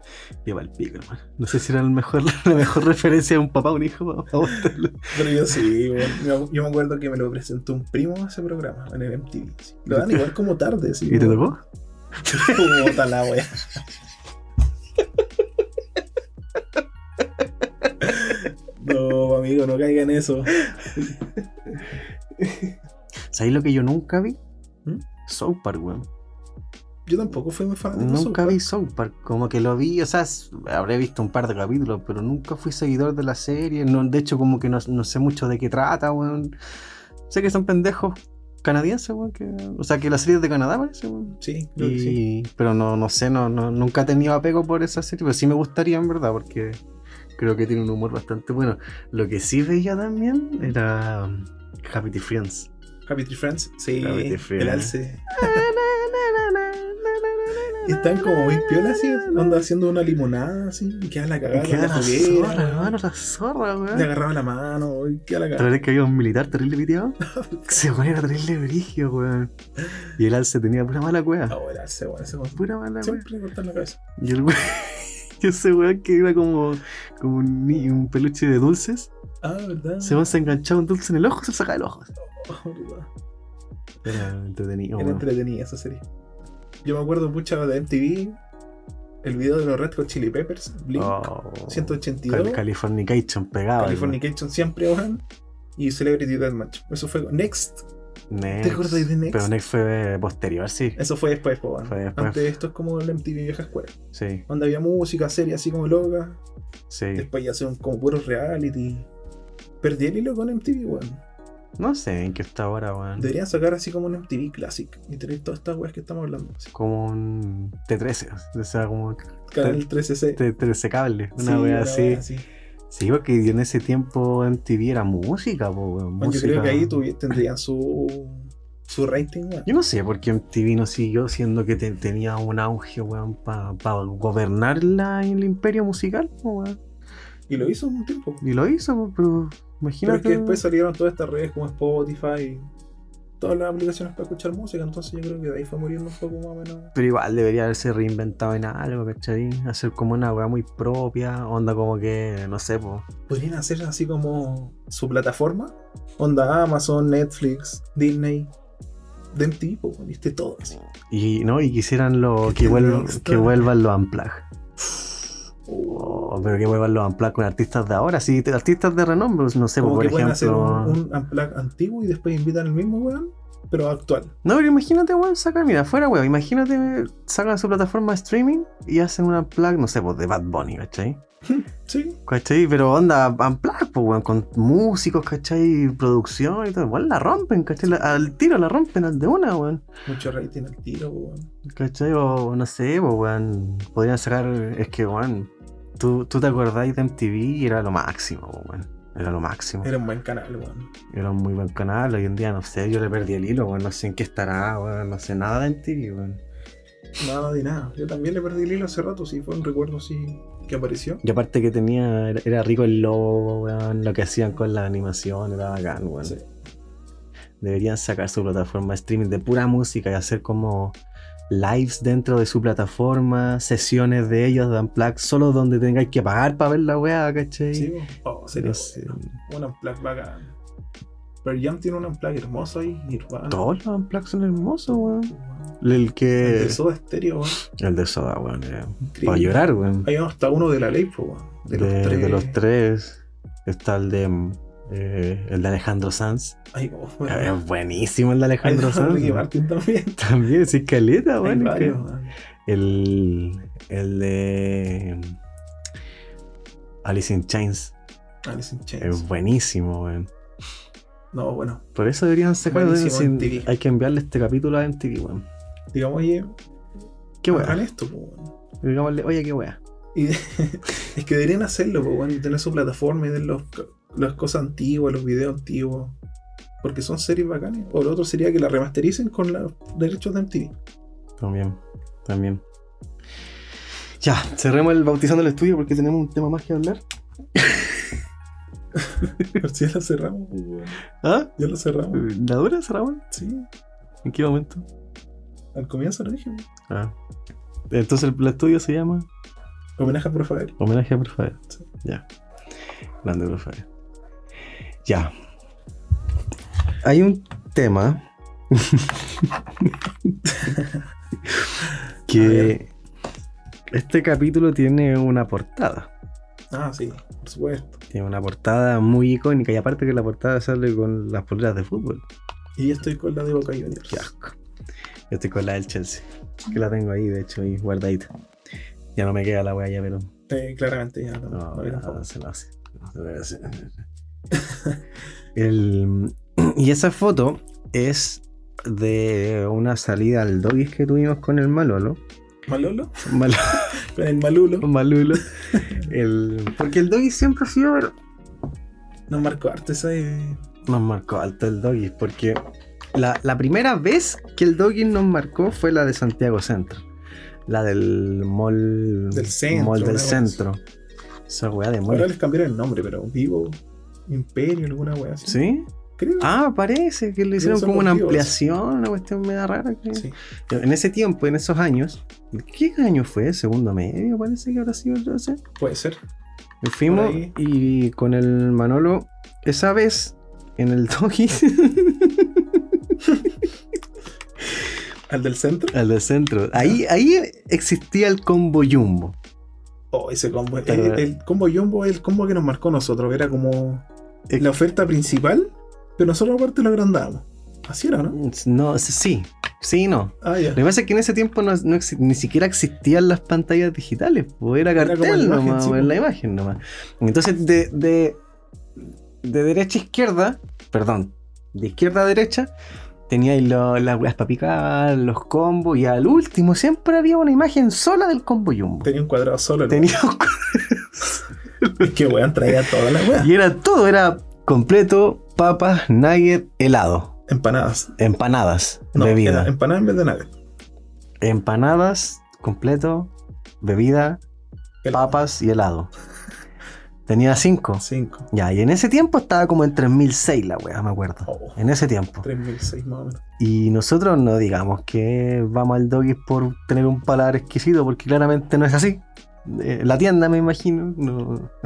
Y va el pico, hermano. No sé si era el mejor, <laughs> la mejor referencia de un papá a un hijo para, para mostrarlo. Pero yo sí, bueno, yo, yo me acuerdo que me lo presentó un primo a ese programa en el MTV. sí. Lo dan igual como tarde, sí. ¿Y te tocó? como- <laughs> como bota la wea. No, amigo, no caiga en eso. ¿Sabéis lo que yo nunca vi? ¿Mm? South Park, weón. Yo tampoco fui muy fanático. de Nunca South vi Park. South Park. Como que lo vi, o sea, s- habré visto un par de capítulos, pero nunca fui seguidor de la serie. No, de hecho, como que no, no sé mucho de qué trata, weón. Sé que son pendejos canadienses, weón. que- o sea, que la serie es de Canadá, parece, weón. Sí, creo que sí. Y- Pero no, no sé, no, no, nunca he tenido apego por esa serie, pero sí me gustaría, en verdad, porque creo que tiene un humor bastante bueno. Lo que sí veía también era um, Happy Tree Friends. Happy Tree Friends. Sí, Happy Tree Friends. el alce. Están como muy piolas así, onda haciendo una limonada así, y quedan la cagada. Que con era la la foguera, zorra, hermano, la zorra, Le weón. agarraba la mano, y queda la ¿Te cagada. acuerdas que había un militar terrible <laughs> piteado? Se weón era terrible brigio, weón. Y el alce tenía pura mala cueva. Oh, el alce, bueno, ese weón. Pura mala cueva. Siempre le cortan la cabeza. Y el weón. <laughs> Y ese weón que iba como, como un, ni- un peluche de dulces. Ah, ¿verdad? Se weón se enganchaba un dulce en el ojo, se lo sacaba el ojo. Oh, ¿verdad? Era entretenido, Era weón. entretenida esa serie. Yo me acuerdo mucho de MTV, el video de los Red Hot Chili Peppers, Blink, Oh. 182, Cal- Californication pegaba. Californication siempre, ojan, y Celebrity Deathmatch. Eso fue Next, weón. Next. ¿Te acordáis de Next? Pero Next fue posterior, sí. eso fue después, po, ojan. Fue después. Antes esto es como el MTV vieja escuela, Sí, donde había música, serie así como loca, sí. después ya son como puros reality. Perdí el hilo con MTV, weón. No sé en qué está ahora, weón. Deberían sacar así como un MTV Classic y tener todas estas weas que estamos hablando. así. como un T13, o sea, como Canal 13C. T13 cable, una Sí, wea una así. wea así. Sí, porque en ese tiempo MTV era música, po, weón, Bueno, yo música. creo que ahí tuvi- tendrían su, su rating, weón. Yo no sé por qué MTV no siguió, siendo que te- tenía un auge, weón, para gobernar la, el imperio musical, po, weón. Y lo hizo un tiempo. Y lo hizo, po, pero Pero imagínate. es que después salieron todas estas redes como Spotify, todas las aplicaciones para escuchar música, entonces yo creo que de ahí fue muriendo un poco más o menos. Pero igual debería haberse reinventado en algo, ¿cachai? Hacer como una weá muy propia, onda como que, no sé, po. Podrían hacer así como su plataforma, onda Amazon, Netflix, Disney, de un tipo, con este todo así. pues, Y, ¿no? y quisieran lo, que, Que tenga vuelvan, extra. que vuelvan los Unplugged. O Oh, pero que vuelvan los Unplugged con artistas de ahora, sí, te- artistas de renombre, pues, no sé, como por que pueden hacer ejemplo. un, un unplug antiguo y después invitan al mismo weón, pero actual. No, pero imagínate, weón, sacar, mira, fuera, weón, imagínate, sacan su plataforma de streaming y hacen un Unplugged, no sé, pues de Bad Bunny, ¿cachai? Sí, ¿Cachai? Pero onda, amplac, pues, weón, con músicos, ¿cachai? Producción y todo. Igual la rompen, ¿cachai? La- al tiro la rompen al de una, weón. mucho rating al tiro, po, weón. ¿Cachai? O no sé, pues, weón. Podrían sacar. Es que, weón, tú, tú te acordáis de MTV y era lo máximo, pues, weón. Era lo máximo. Era... Era un buen canal, weón. un muy buen canal. Hoy en día, no sé, yo le perdí el hilo, weón. No sé en qué estará, weón. No sé nada de MTV, weón. Nada de nada. Yo también le perdí el hilo hace rato, sí, fue un recuerdo así que apareció. Y aparte que tenía. era- Era rico el lobo, weón. Lo que hacían con la animación era bacán, weón. Sí. Deberían sacar su plataforma de streaming de pura música y hacer como lives dentro de su plataforma, sesiones de ellos de Unplugged, solo donde tengáis que pagar para ver la weá, ¿cachai? Sí, weón. Oh, sería No sé. un unplug bacán. Pearl Jam tiene un unplug hermoso ahí, Nirvana. Todos los Unplugged son hermosos, weón. weón. El que. El de Soda Estéreo, weón. El de Soda, weón. eh. Increíble. Para llorar, weón. Hay hasta uno de la ley, po, weón. De, de los tres. Está el de. mm, eh, el de Alejandro Sanz. Hay, oh, weón. Eh, Ah, Es buenísimo el de Hay Alejandro de Ricky Sanz. Martin también. También, sí, caleta, Hay Ah, bueno. varios, weón. El, el de Alice in Chains Alice in Chains. es buenísimo, weón. No, bueno. Por eso deberían sacar Buenísimo sin- MTV. Hay que enviarle este capítulo a MTV, weón. Digamos, oye, Qué hagan weá. esto, po, weón. Digámosle, oye, qué weá. Y <laughs> es que deberían hacerlo, po, weón. Tener su plataforma y ver los, las cosas antiguas, los videos antiguos. Porque son series bacanas. O lo otro sería que la remastericen con los derechos de MTV. <laughs> También, también. Ya, cerremos el bautizando el estudio porque tenemos un tema más que hablar. A ver si ya la cerramos, po, weón. ¿Ah? Ya la cerramos. ¿La dura cerramos? Sí. ¿En qué momento? Al comienzo lo dije, weón. Ah. Entonces el, el estudio se llama Homenaje a Profe Abel. Homenaje a Profael. Sí. Ya. Grande Profael. Ya. Hay un tema <laughs> A que ver. este capítulo tiene una portada. Ah, sí, por supuesto. Tiene una portada muy icónica y aparte que la portada sale con las poleras de fútbol. Y yo estoy con la de Boca Juniors. Qué asco. Yo estoy con la del Chelsea. Que la tengo ahí, de hecho, y guardadita. Ya no me queda la wea ya, pero Eh, claramente, ya no. No, no Ah. era no, favor. se lo hace. No lo hace. <laughs> El- <clears throat> y esa foto es de una salida al doggies que tuvimos con el <laughs> Malolo. ¿Malolo? Mal- Con el Malulo <laughs> Malulo. El- porque el doggies siempre ha sido. nos marcó harto esa de. Nos marcó alto el doggies porque la, la primera vez que el doggies nos marcó fue la de Santiago Centro. La del mall. Del centro, mall una del wea centro. Esa weá de Ahora mall. les cambiaron el nombre, pero Vivo, Imperio, alguna wea así. ¿Sí? Creo. Ah, parece que le hicieron son como una los vivos. ampliación, una cuestión media rara. creo. Sí. En ese tiempo, en esos años, ¿qué año fue? Segundo medio, parece que habrá sido entonces. Puede ser. Nos fuimos Por ahí. y con el Manolo, esa vez, en el Toki, ¿Al del centro? <laughs> al de centro, ahí, ahí existía el combo Jumbo. Oh, ese combo. El, Pero- el combo Jumbo es el combo que nos marcó a nosotros. Era como la oferta principal, pero nosotros aparte lo agrandábamos. Así era, ¿no? No, sí, sí, y no. Ah, ya. Lo que pasa es que en ese tiempo no, no exi- ni siquiera existían las pantallas digitales, pues era Era como cartel la imagen, nomás, sí, pues, pues. la imagen nomás. Entonces, de, de, de derecha a izquierda, perdón, de izquierda a derecha, teníais lo- las weas para picar, los combos, y al último siempre había una imagen sola del combo jumbo. Tenía un cuadrado solo. el Tenía un weón. Es que weón traía todas las cu- <laughs> weas. y era todo, era completo, papas, nugget, helado, Empanadas. empanadas, No, bebida. era em- empanadas en vez de nada. empanadas, completo, bebida, Helado. papas y helado. Tenía cinco. Cinco. Ya, y en ese tiempo estaba como en 3006 la wea, me acuerdo. Oh. En ese tiempo. 3006 más o menos. <laughs> Y nosotros no digamos que vamos al doggy por tener un paladar exquisito, porque claramente no es así. Eh, la tienda, me imagino. no. <laughs>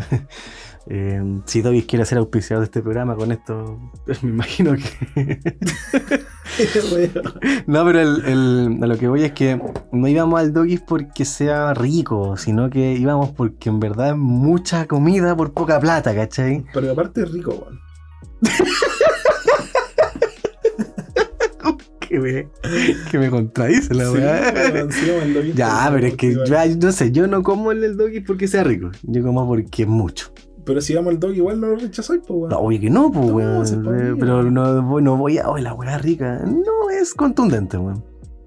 Eh, si Doggy quiere ser auspiciador de este programa con esto, <laughs> me imagino que No, pero el, el- a lo que voy es que no íbamos al Doggies porque sea rico, sino que íbamos porque en verdad es mucha comida por poca plata, ¿cachai? Pero aparte es rico, weón. que me, que me contradice la weá. Ya, pero es que ya, yo no sé, yo no como el del doggy porque sea rico. Yo como porque es mucho. Pero si vamos al dog, igual no lo rechazáis, pues, weón. No, obvio que no, pues, No, weón. se podía. eh, Pero no, voy- no voy a. Oh, la weá rica. No es contundente, weón.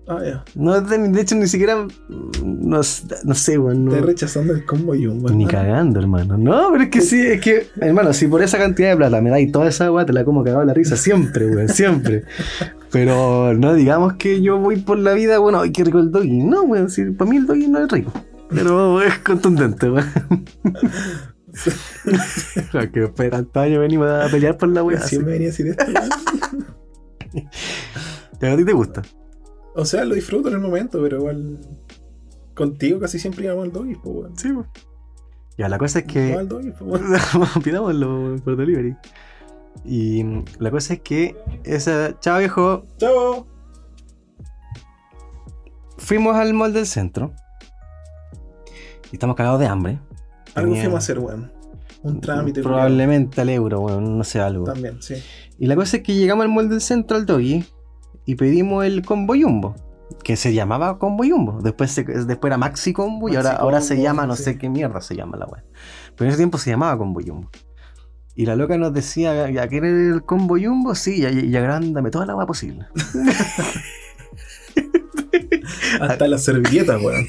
Ah, ya. No, es de, de hecho, ni siquiera. mm, No, s- no sé, weón. no- Estás rechazando el combo y un weón. ni cagando, hermano. No, pero es que ah. sí, es que, hermano, si por esa cantidad de plata me dais toda esa weá, te la como cagado la risa siempre, weón, siempre. Pero no digamos que yo voy por la vida, bueno, ay, qué rico el doggy. No, weón, si, para mí el doggy no es rico. Pero es contundente, <laughs> weón. Claro, que después de tantos años venimos a pelear por la weá. Así así. me venía a decir esto, weón. Pero a ti te gusta. O sea, lo disfruto en el momento, pero igual. Contigo casi siempre íbamos al doggy, pues, weón. Sí, weón. Ya, la cosa es que. Vamos al doggy, pues, weón. <laughs> Pidámoslo por delivery. Y mm, la cosa es que esa. Chao viejo. Chao. Fuimos al mall del centro. Y estamos cagados de hambre. Algo Tenía- fuimos a hacer, weón. Un trámite, Probablemente al euro, weón, no sé algo. culiao. También, sí. Y la cosa es que llegamos al mall del centro al doggy y pedimos el combo jumbo. Que se llamaba combo jumbo. Después, se- después era maxi combo y ahora, Maxi ahora se Combo, llama, no sí. sé qué mierda se llama la weá. Pero en ese tiempo se llamaba combo jumbo. Y la loca nos decía, ¿ya quieres el combo jumbo? Sí, y, y agrándame toda la weá posible. Hasta la servilleta, <laughs> weón.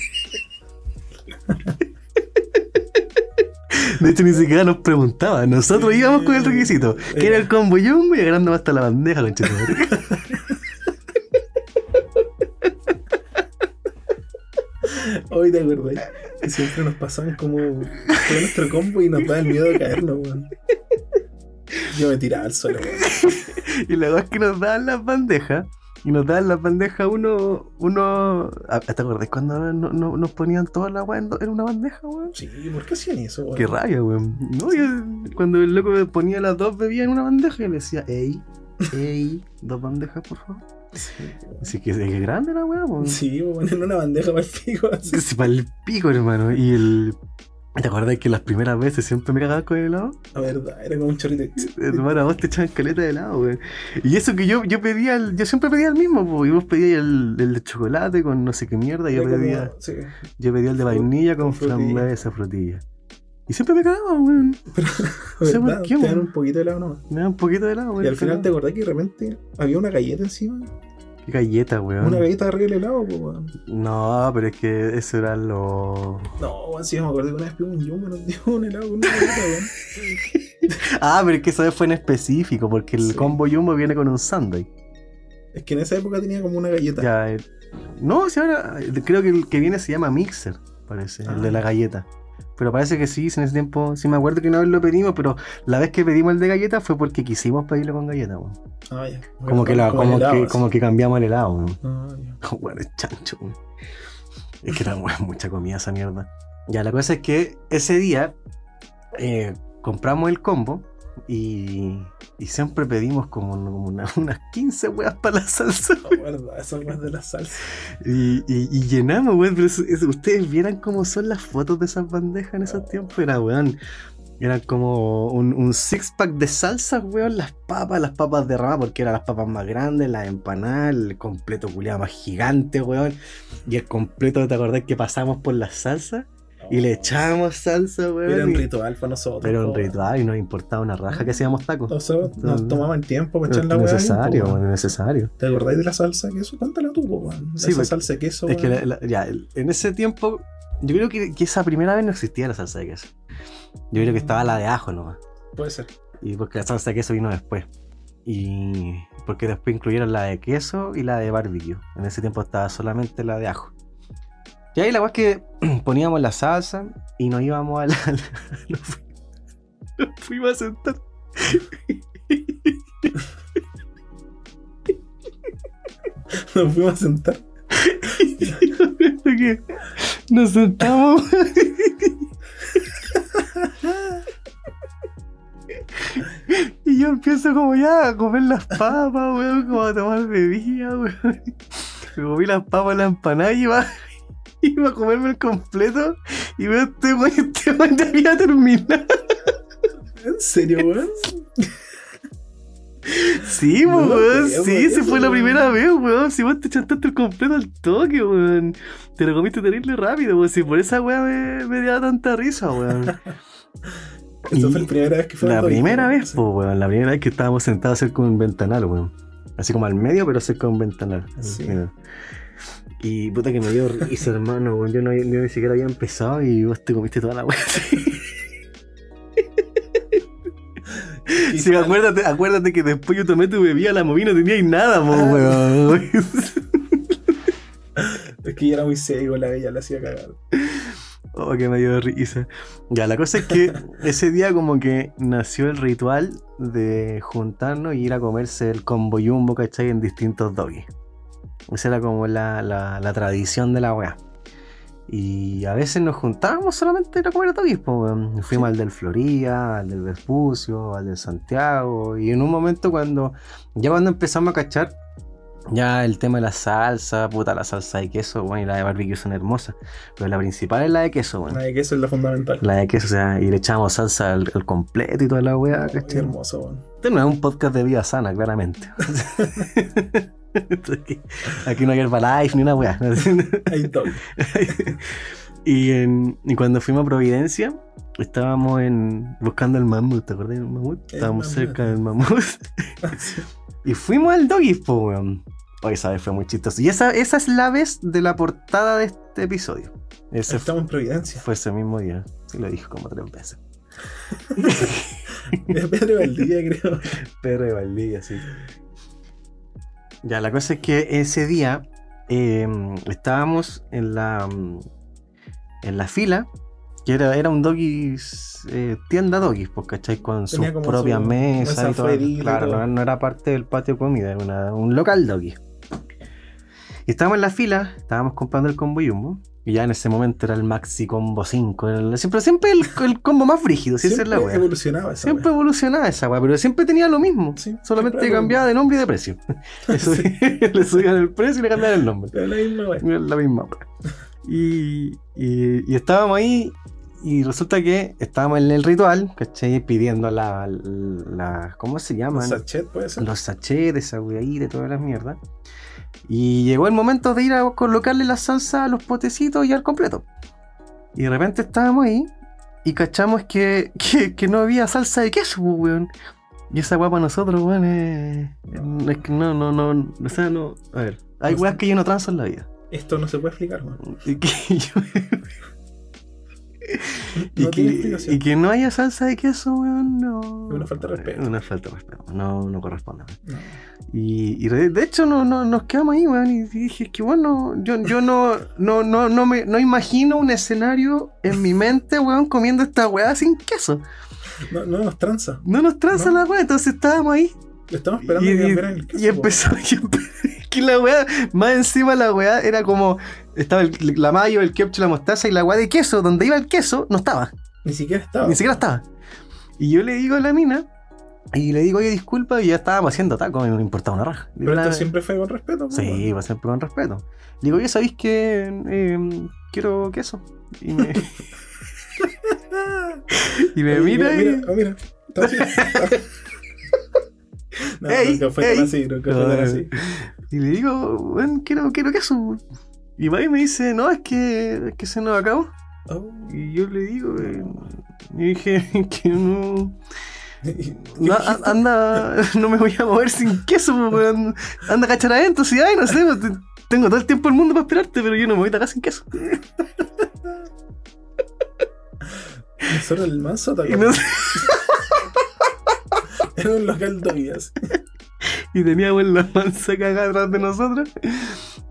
De hecho, ni siquiera nos preguntaba. Nosotros íbamos con el requisito. Que era el combo jumbo y agrándome hasta la bandeja, conchetumare. Hoy te acordás que siempre nos pasaban como todo nuestro combo y nos daba el miedo de caernos, weón. Yo me tiraba al suelo, weón. <laughs> Y la verdad es que nos daban las bandejas. Y nos daban las bandejas uno. uno ah, ¿Te acordás cuando no- no- nos ponían toda la weá en, do- en una bandeja, weón? Sí, ¿por qué hacían eso, weón? Qué rabia, weón. No, yo- cuando el loco ponía las dos bebidas en una bandeja, yo le decía, ey, ey, dos bandejas, por favor. Así que es grande la weá, weón. Sí, weón, en una bandeja para el pico, así. Es para el pico, hermano. Y el. ¿Te acordás que las primeras veces siempre me cagaba con el helado? La verdad, era como un chorrito. <laughs> Hermano, a vos te echaban caleta de helado, güey. Y eso que yo, yo pedía, el, yo siempre pedía el mismo, po, y vos pedías el, el de chocolate con no sé qué mierda, yo Era como- pedía, sí. yo pedía el de vainilla con frutilla. frambuesa, frutilla. Y siempre me cagaba, güey. No sé por ¿Verdad? qué, Te dan weón. un poquito de helado nomás. Me daba un poquito de helado, güey. Y al final te acordás que de repente había una galleta encima. Qué galleta, güey. Una galleta arriba del helado, po, weón. No, pero es que eso era lo... No, weón, sí, me acordé que una vez pidimos un jumbo, nos dio un helado con una galleta, weón. Ah, pero es que esa vez fue en específico, porque el Sí. combo jumbo viene con un sándwich. Es que en esa época tenía como una galleta. Ya, eh, No, si ahora eh, creo que el que viene se llama Mixer, parece, el de Ah. la galleta. Pero parece que sí, si en ese tiempo, sí me acuerdo que una vez lo pedimos, pero la vez que pedimos el de galleta fue porque quisimos pedirlo con galleta, weón. Ah, ya. Como que, la- Con como, helado, que, así. como que cambiamos el helado, weón. <laughs> Ah, ya. Weón, es chancho, weón. Es que era weón, mucha comida esa mierda. Ya, la cosa es que ese día eh, compramos el combo y, y siempre pedimos como, como una- <laughs> unas 15 weas para la salsa. No, verdad, eso es más de la salsa. Y, y- y llenamos, weón. Pero es- es- ustedes vieran cómo son las fotos de esas bandejas en Oh. esos tiempos. Era, weón. Eran como un, un six-pack de salsas, weón. Las papas, las papas de rama, porque eran las papas más grandes, las empanadas, el completo culiado más gigante, weón. Y el completo, ¿te acordás que pasamos por las salsas? <laughs> Y le echábamos salsa, weón. Era un y- ritual para nosotros. Pero era un po, weón. ritual y nos importaba una raja que hacíamos tacos. Nosotros nos tomaban tiempo para echar la hueá. necesario, weón, necesario. ¿Te acordáis de la salsa de queso? Cuéntala tú, po, weón. Sí, Esa porque- salsa de queso. Es que weón. la- la- ya, el- en ese tiempo, yo creo que, que esa primera vez no existía la salsa de queso. Yo creo que estaba la de ajo nomás. Puede ser. <laughs> Y porque la salsa de queso vino después. Y porque después incluyeron la de queso y la de barbecue. En ese tiempo estaba solamente la de ajo. Y ahí la cosa es que <clears throat> poníamos la salsa y nos íbamos a la. <laughs> nos, fu- nos fuimos a sentar. Nos fuimos a sentar. que nos sentamos. Y yo empiezo como ya a comer las papas, weón, como a tomar bebida, weón. Me comí las papas, la empanada <laughs> y iba, iba a comerme el completo. Y veo este weón, este weón ya había terminado. <laughs> ¿En serio, weón? Sí, No pues, lo weón, creo, sí, weón, esa eso, fue la weón. primera vez, weón. Si vos te chantaste el completo al toque, weón. Te lo comiste terrible rápido, weón. Si por esa weá me, me daba tanta risa, weón. Esa Y fue la primera vez que <laughs> fue La alcohólico, primera weón. vez, pues, weón. La primera vez que estábamos sentados cerca de un ventanal, weón. Así como al medio, pero cerca de un ventanal. Sí. Mira. Y puta que me dio risa, hermano, weón. Yo, no, yo ni siquiera había empezado y vos te comiste toda la weá. <laughs> Y- Sí, acuérdate, acuérdate que después yo tomé tu bebida, la moví, no teníais nada, po, Ah. weón. <laughs> Es que yo era muy seco, la bella la hacía cagar. Oh, que me dio risa. Ya, la cosa es que ese día como que nació el ritual de juntarnos y ir a comerse el combo jumbo, ¿cachai? En distintos doggies. Esa era como la, la- la tradición de la weá. Y a veces nos juntábamos solamente a ir a comer doggies, po, weón. Fuimos al del Florida, al del Vespucio, al del Santiago. Y en un momento cuando, ya cuando empezamos a cachar, ya el tema de la salsa, puta, la salsa de queso, weón, y la de barbecue son hermosas. Pero la principal es la de queso, weón. Nada de que eso es lo fundamental. La de queso, o sea, y le echamos salsa al, al completo y toda la weá, Oh, qué ¿cachai? hermoso, weón. Este no es un podcast de vida sana, <laughs> claramente. aquí, aquí no hay Herbalife ni una weá. <laughs> Ahí todo. y, en- y cuando fuimos a Providencia, estábamos en buscando el mamut, ¿te acuerdas del mamut? El Estábamos mamut. cerca del <laughs> mamut. y fuimos al Doggies, po, weón. Hoy, esa vez fue muy chistoso. Y esa, esa es la vez de la portada de este episodio. Ese Estamos en Providencia. fue ese mismo día. Sí, lo dijo como tres veces. Es Pedro Valdivia, creo. Pedro de Valdivia, sí. Ya, la cosa es que ese día eh, estábamos en la mm, en la fila, que era, era un doggies, eh, tienda doggies, pues, ¿cachai? Con sus Tenía como propias su mesas mesa y todo. afuerita y Claro, todo. No, no era parte del patio de comida, era una- un local doggies. Y estábamos en la fila, estábamos comprando el combo Jumbo. Y ya en ese momento era el Maxi Combo 5. el- siempre siempre el, el combo más frígido, si esa es Siempre la wea. evolucionaba esa Siempre evolucionaba esa weá, pero siempre tenía lo mismo. Sí, solamente siempre era lo cambiaba de nombre y de precio. <laughs> Le, <laughs> Sí. subían- <laughs> le subían el precio y le cambiaban el <laughs> nombre. wea. Era la misma wea. Era la misma weá. Y, y- y estábamos ahí y resulta que estábamos en el ritual, ¿cachai? Pidiendo la, la- ¿Cómo se Un llaman? sachet puede ser. Los sachets de esa weá ahí, de todas las mierdas. Y llegó el momento de ir a colocarle la salsa a los potecitos y al completo. Y de repente estábamos ahí y cachamos que, que, que no había salsa de queso, pues, weón. Y esa weá para nosotros, weón, es. es que no, no, no. O sea, no. A ver, hay No sé. weas que yo no transo en la vida. Esto no se puede explicar, weón. Y que, <laughs> yo- y, No tiene que, explicación. y que no haya salsa de queso, weón, no. una falta de respeto. Una falta de respeto. No, no corresponde. weón. No. Y, y de de hecho no, no- nos quedamos ahí, weón. Y dije, es que bueno, yo, yo no, no, no, no, me, no imagino un escenario en mi mente, weón, comiendo esta weá sin queso. No, no nos tranza. No nos tranza No. la weá, entonces estábamos ahí. Estamos Y, esperando que y- cambiaran el queso. y empezó, <laughs> y empe- que la weá, más encima la weá era como, estaba el- la mayo, el ketchup, la mostaza y la weá de queso, donde iba el queso, no estaba. po. Ni siquiera estaba. Ni siquiera estaba. Y yo le digo a la mina, y le digo, oye, disculpa, y ya estábamos haciendo taco, y no me importaba una raja. Pero La- esto siempre fue con respeto, po, Sí, weón. va siempre con respeto. Le digo, oye, ¿sabéis que eh, quiero queso? Y <laughs> me, y me Oye, mira, y... mira, oh, mira. Está <laughs> así. <laughs> No, Ey, nunca fue tan ey. así, nunca fue tan No, así. Y le digo, bueno, quiero, quiero queso. Y va y me dice, no, es que, es que se nos acabó. Oh. Y yo le digo, eh, y dije <laughs> que no. Y- <laughs> no, ah, a- anda, no me voy a mover sin queso, po, weón. Anda a cachar adentro, si ay, no sé, pues, te- tengo todo el tiempo del mundo para esperarte, pero yo no me voy a acá sin queso. Solo el manso ah. Y, atacó. no- Era un <laughs> local domias. y teníamos la mansa cagada atrás de nosotros.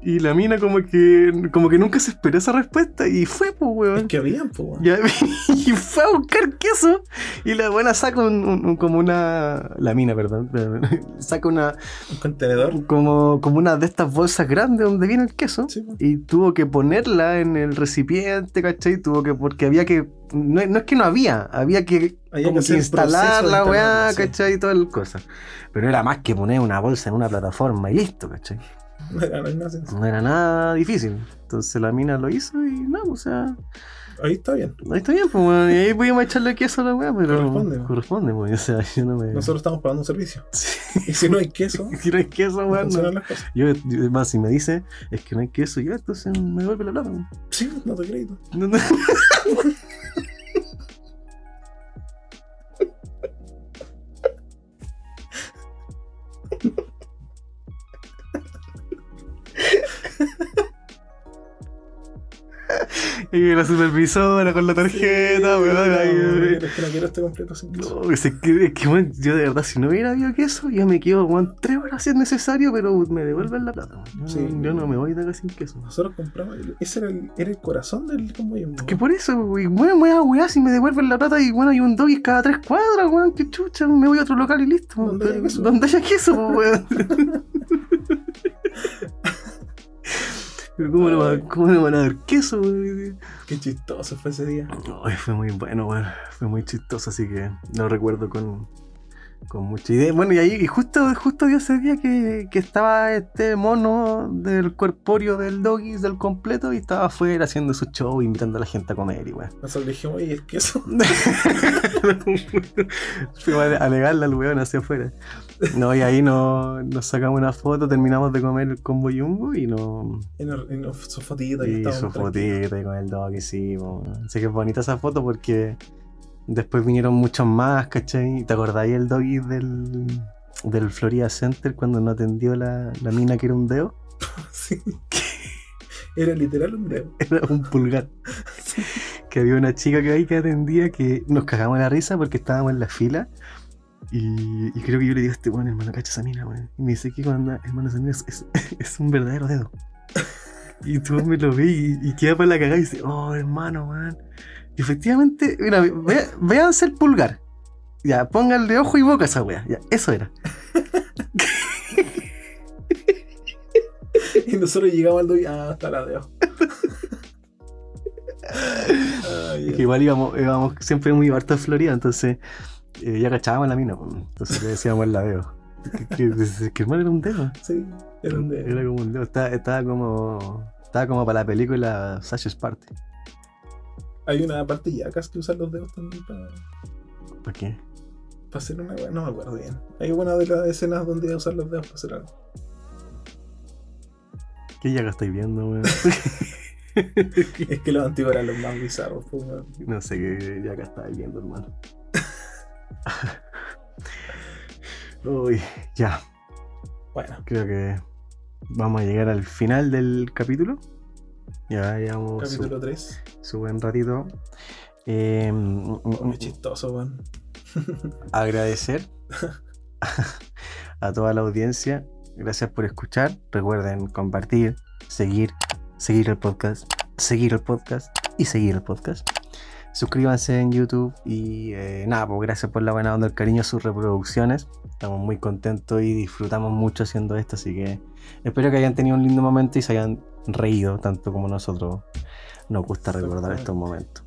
Y la mina como que como que nunca se esperó esa respuesta y fue, pues, weón. Es que habían, po, weón. Ya, <laughs> y fue a buscar queso. Y la buena saca un, un- un- como una. La mina, perdón. <laughs> Saca una. Un contenedor. Como, como una de estas bolsas grandes donde viene el queso. Sí, po. Y tuvo que ponerla en el recipiente, ¿cachai? Tuvo que. Porque había que. No, no es que no había, había que, Había como que hacer el instalar proceso de la weá, instalarlo, sí. ¿cachai? Y todas las cosas. Pero era más que poner una bolsa en una plataforma y listo, ¿cachai? No era nada sencillo. No era nada difícil. Entonces la mina lo hizo y no, o sea, Ahí está bien. ahí está bien, pues, weón. Y ahí pudimos echarle queso a la weá, pero. Corresponde, weón. Corresponde, weón. O sea, yo no me. Nosotros estamos pagando un servicio. <laughs> Sí. Y si no hay <laughs> queso, Si no hay queso, no weón. no. funcionan las cosas. Yo, yo- más, si me dice, es que no hay queso, yo, entonces me devuelve la plata, weón. Sí, no te crédito. No, no. Y la supervisora con la tarjeta, weón. ahí, weón. Es que no quiero este completo sin queso. No, es que, es que, weón, yo de verdad, si no hubiera habido queso, yo me quedo, weón, tres horas si es necesario, pero me devuelven la plata. weón. Yo, Sí. yo no me voy de acá sin queso. Nosotros compramos. el- Ese era el, era el corazón del convoyismo. Que por eso, güey, bueno, me voy a weá si me devuelven la plata y bueno, hay un doggy cada tres cuadras, weón, que chucha, me voy a otro local y listo. Donde Pero- haya queso. Donde haya queso, po, weón. Pero ¿cómo no, va- ¿cómo no van a dar queso, weón? Qué chistoso fue ese día. Ay, fue muy bueno, weón. Fue muy chistoso, así que lo recuerdo con, con mucha idea. Bueno, y ahí, y justo, justo dio ese día que, que estaba este mono del cuerpóreo del doggy, del completo, y estaba afuera haciendo su show, invitando a la gente a comer y weón. Nosotros le dijimos, oye, es queso. <laughs> <laughs> Fuimos a a alegarle al weón hacia afuera. No, y ahí no, nos sacamos una foto, terminamos de comer el combo jumbo y no. En, en su fotito y Y su estábamos tranquilos. fotito y con el dog que hicimos. Así que es bonita esa foto porque después vinieron muchos más, ¿cachai? ¿Te acordáis el doggy del, del Florida Center cuando no atendió la, la mina que era un dedo? <laughs> Sí. Era literal un dedo. Era un pulgar. Que había una chica que ahí que atendía que nos cagamos la risa porque estábamos en la fila. Y, y creo que yo le digo a este weón, hermano, cacha esa mina, weón. Y me dice que cuando, hermano, esa mina es, es- es un verdadero dedo. Y tú me lo ve y, y queda para la cagada y dice, oh, hermano, weón. Y efectivamente, mira, ve- véanse el pulgar. Ya, pónganle ojo y boca a esa wea. Ya, eso era. Y nosotros llegamos al doy. Ah, hasta la dedo. Ay, Que igual íbamos, íbamos siempre muy harto a Florida, entonces eh, ya cachábamos la mina, pues. entonces le decíamos la dedo. Que, que, que hermano era un dedo. Sí, era un dedo. Era como un dedo. Estaba, estaba como. Estaba como para la película Sasha's Party. Hay una parte ya casi que usan los dedos también para, ¿Para qué? para hacer una wea, No me acuerdo bien. Hay una de las escenas donde usan los dedos para hacer algo. ¿Qué ya estáis viendo, weón? <laughs> Es que los antiguos eran los más bizarros. pues, weón. no sé qué ya estáis viendo, hermano. <laughs> Uy, ya. Bueno, Creo que vamos a llegar al final del capítulo. Ya Oh, llevamos su- capítulo 3. su buen ratito. Eh, mm, mm, Oh, qué mm, chistoso, weón. agradecer a toda la audiencia. Gracias por escuchar. Recuerden compartir, seguir, seguir el podcast, seguir el podcast y seguir el podcast. Suscríbanse en YouTube y eh, nada, pues gracias por la buena onda, el cariño, sus reproducciones. Estamos muy contentos y disfrutamos mucho haciendo esto, así que espero que hayan tenido un lindo momento y se hayan reído tanto como nosotros. Nos gusta recordar Exactamente. estos momentos,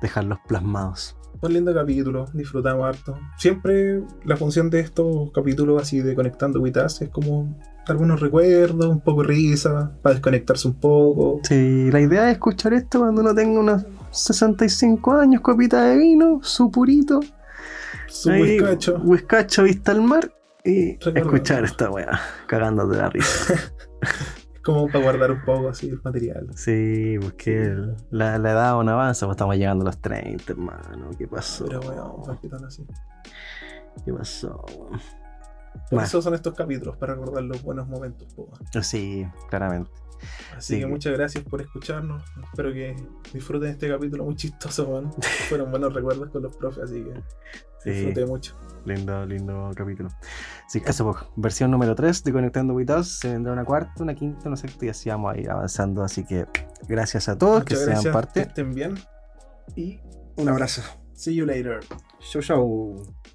dejarlos plasmados. Un lindo capítulo, disfrutamos harto. Siempre la función de estos capítulos así de Conectando with Us es como algunos recuerdos, un poco de risa, para desconectarse un poco. Sí, la idea es escuchar esto cuando uno tenga unos 65 años, copita de vino, su purito, Su ahí, bizcacho. Huizcacho, vista al mar y Recordando. escuchar esta weá, cagándote la risa. Es como para guardar un poco así el material. Sí, porque el- la, la edad aún avanza, pues estamos llegando a los 30, hermano. ¿Qué pasó? Pero bueno, ¿por qué tan así? ¿Qué pasó? weón? Por Bueno. eso son estos capítulos, para recordar los buenos momentos. po. Sí, claramente. Así Sí. que muchas gracias por escucharnos. Espero que disfruten este capítulo muy chistoso, <laughs> weón. Fueron buenos recuerdos con los profes, así que Sí, disfruté mucho. lindo, lindo capítulo. Sí, eso, pues, versión número 3 de Conectando With Us. Se vendrá una cuarta, una quinta, una sexta y así vamos a ir avanzando. Así que gracias a todos, que Muchas sean gracias. parte. Que estén bien. y un abrazo. See you later. Chau, chau.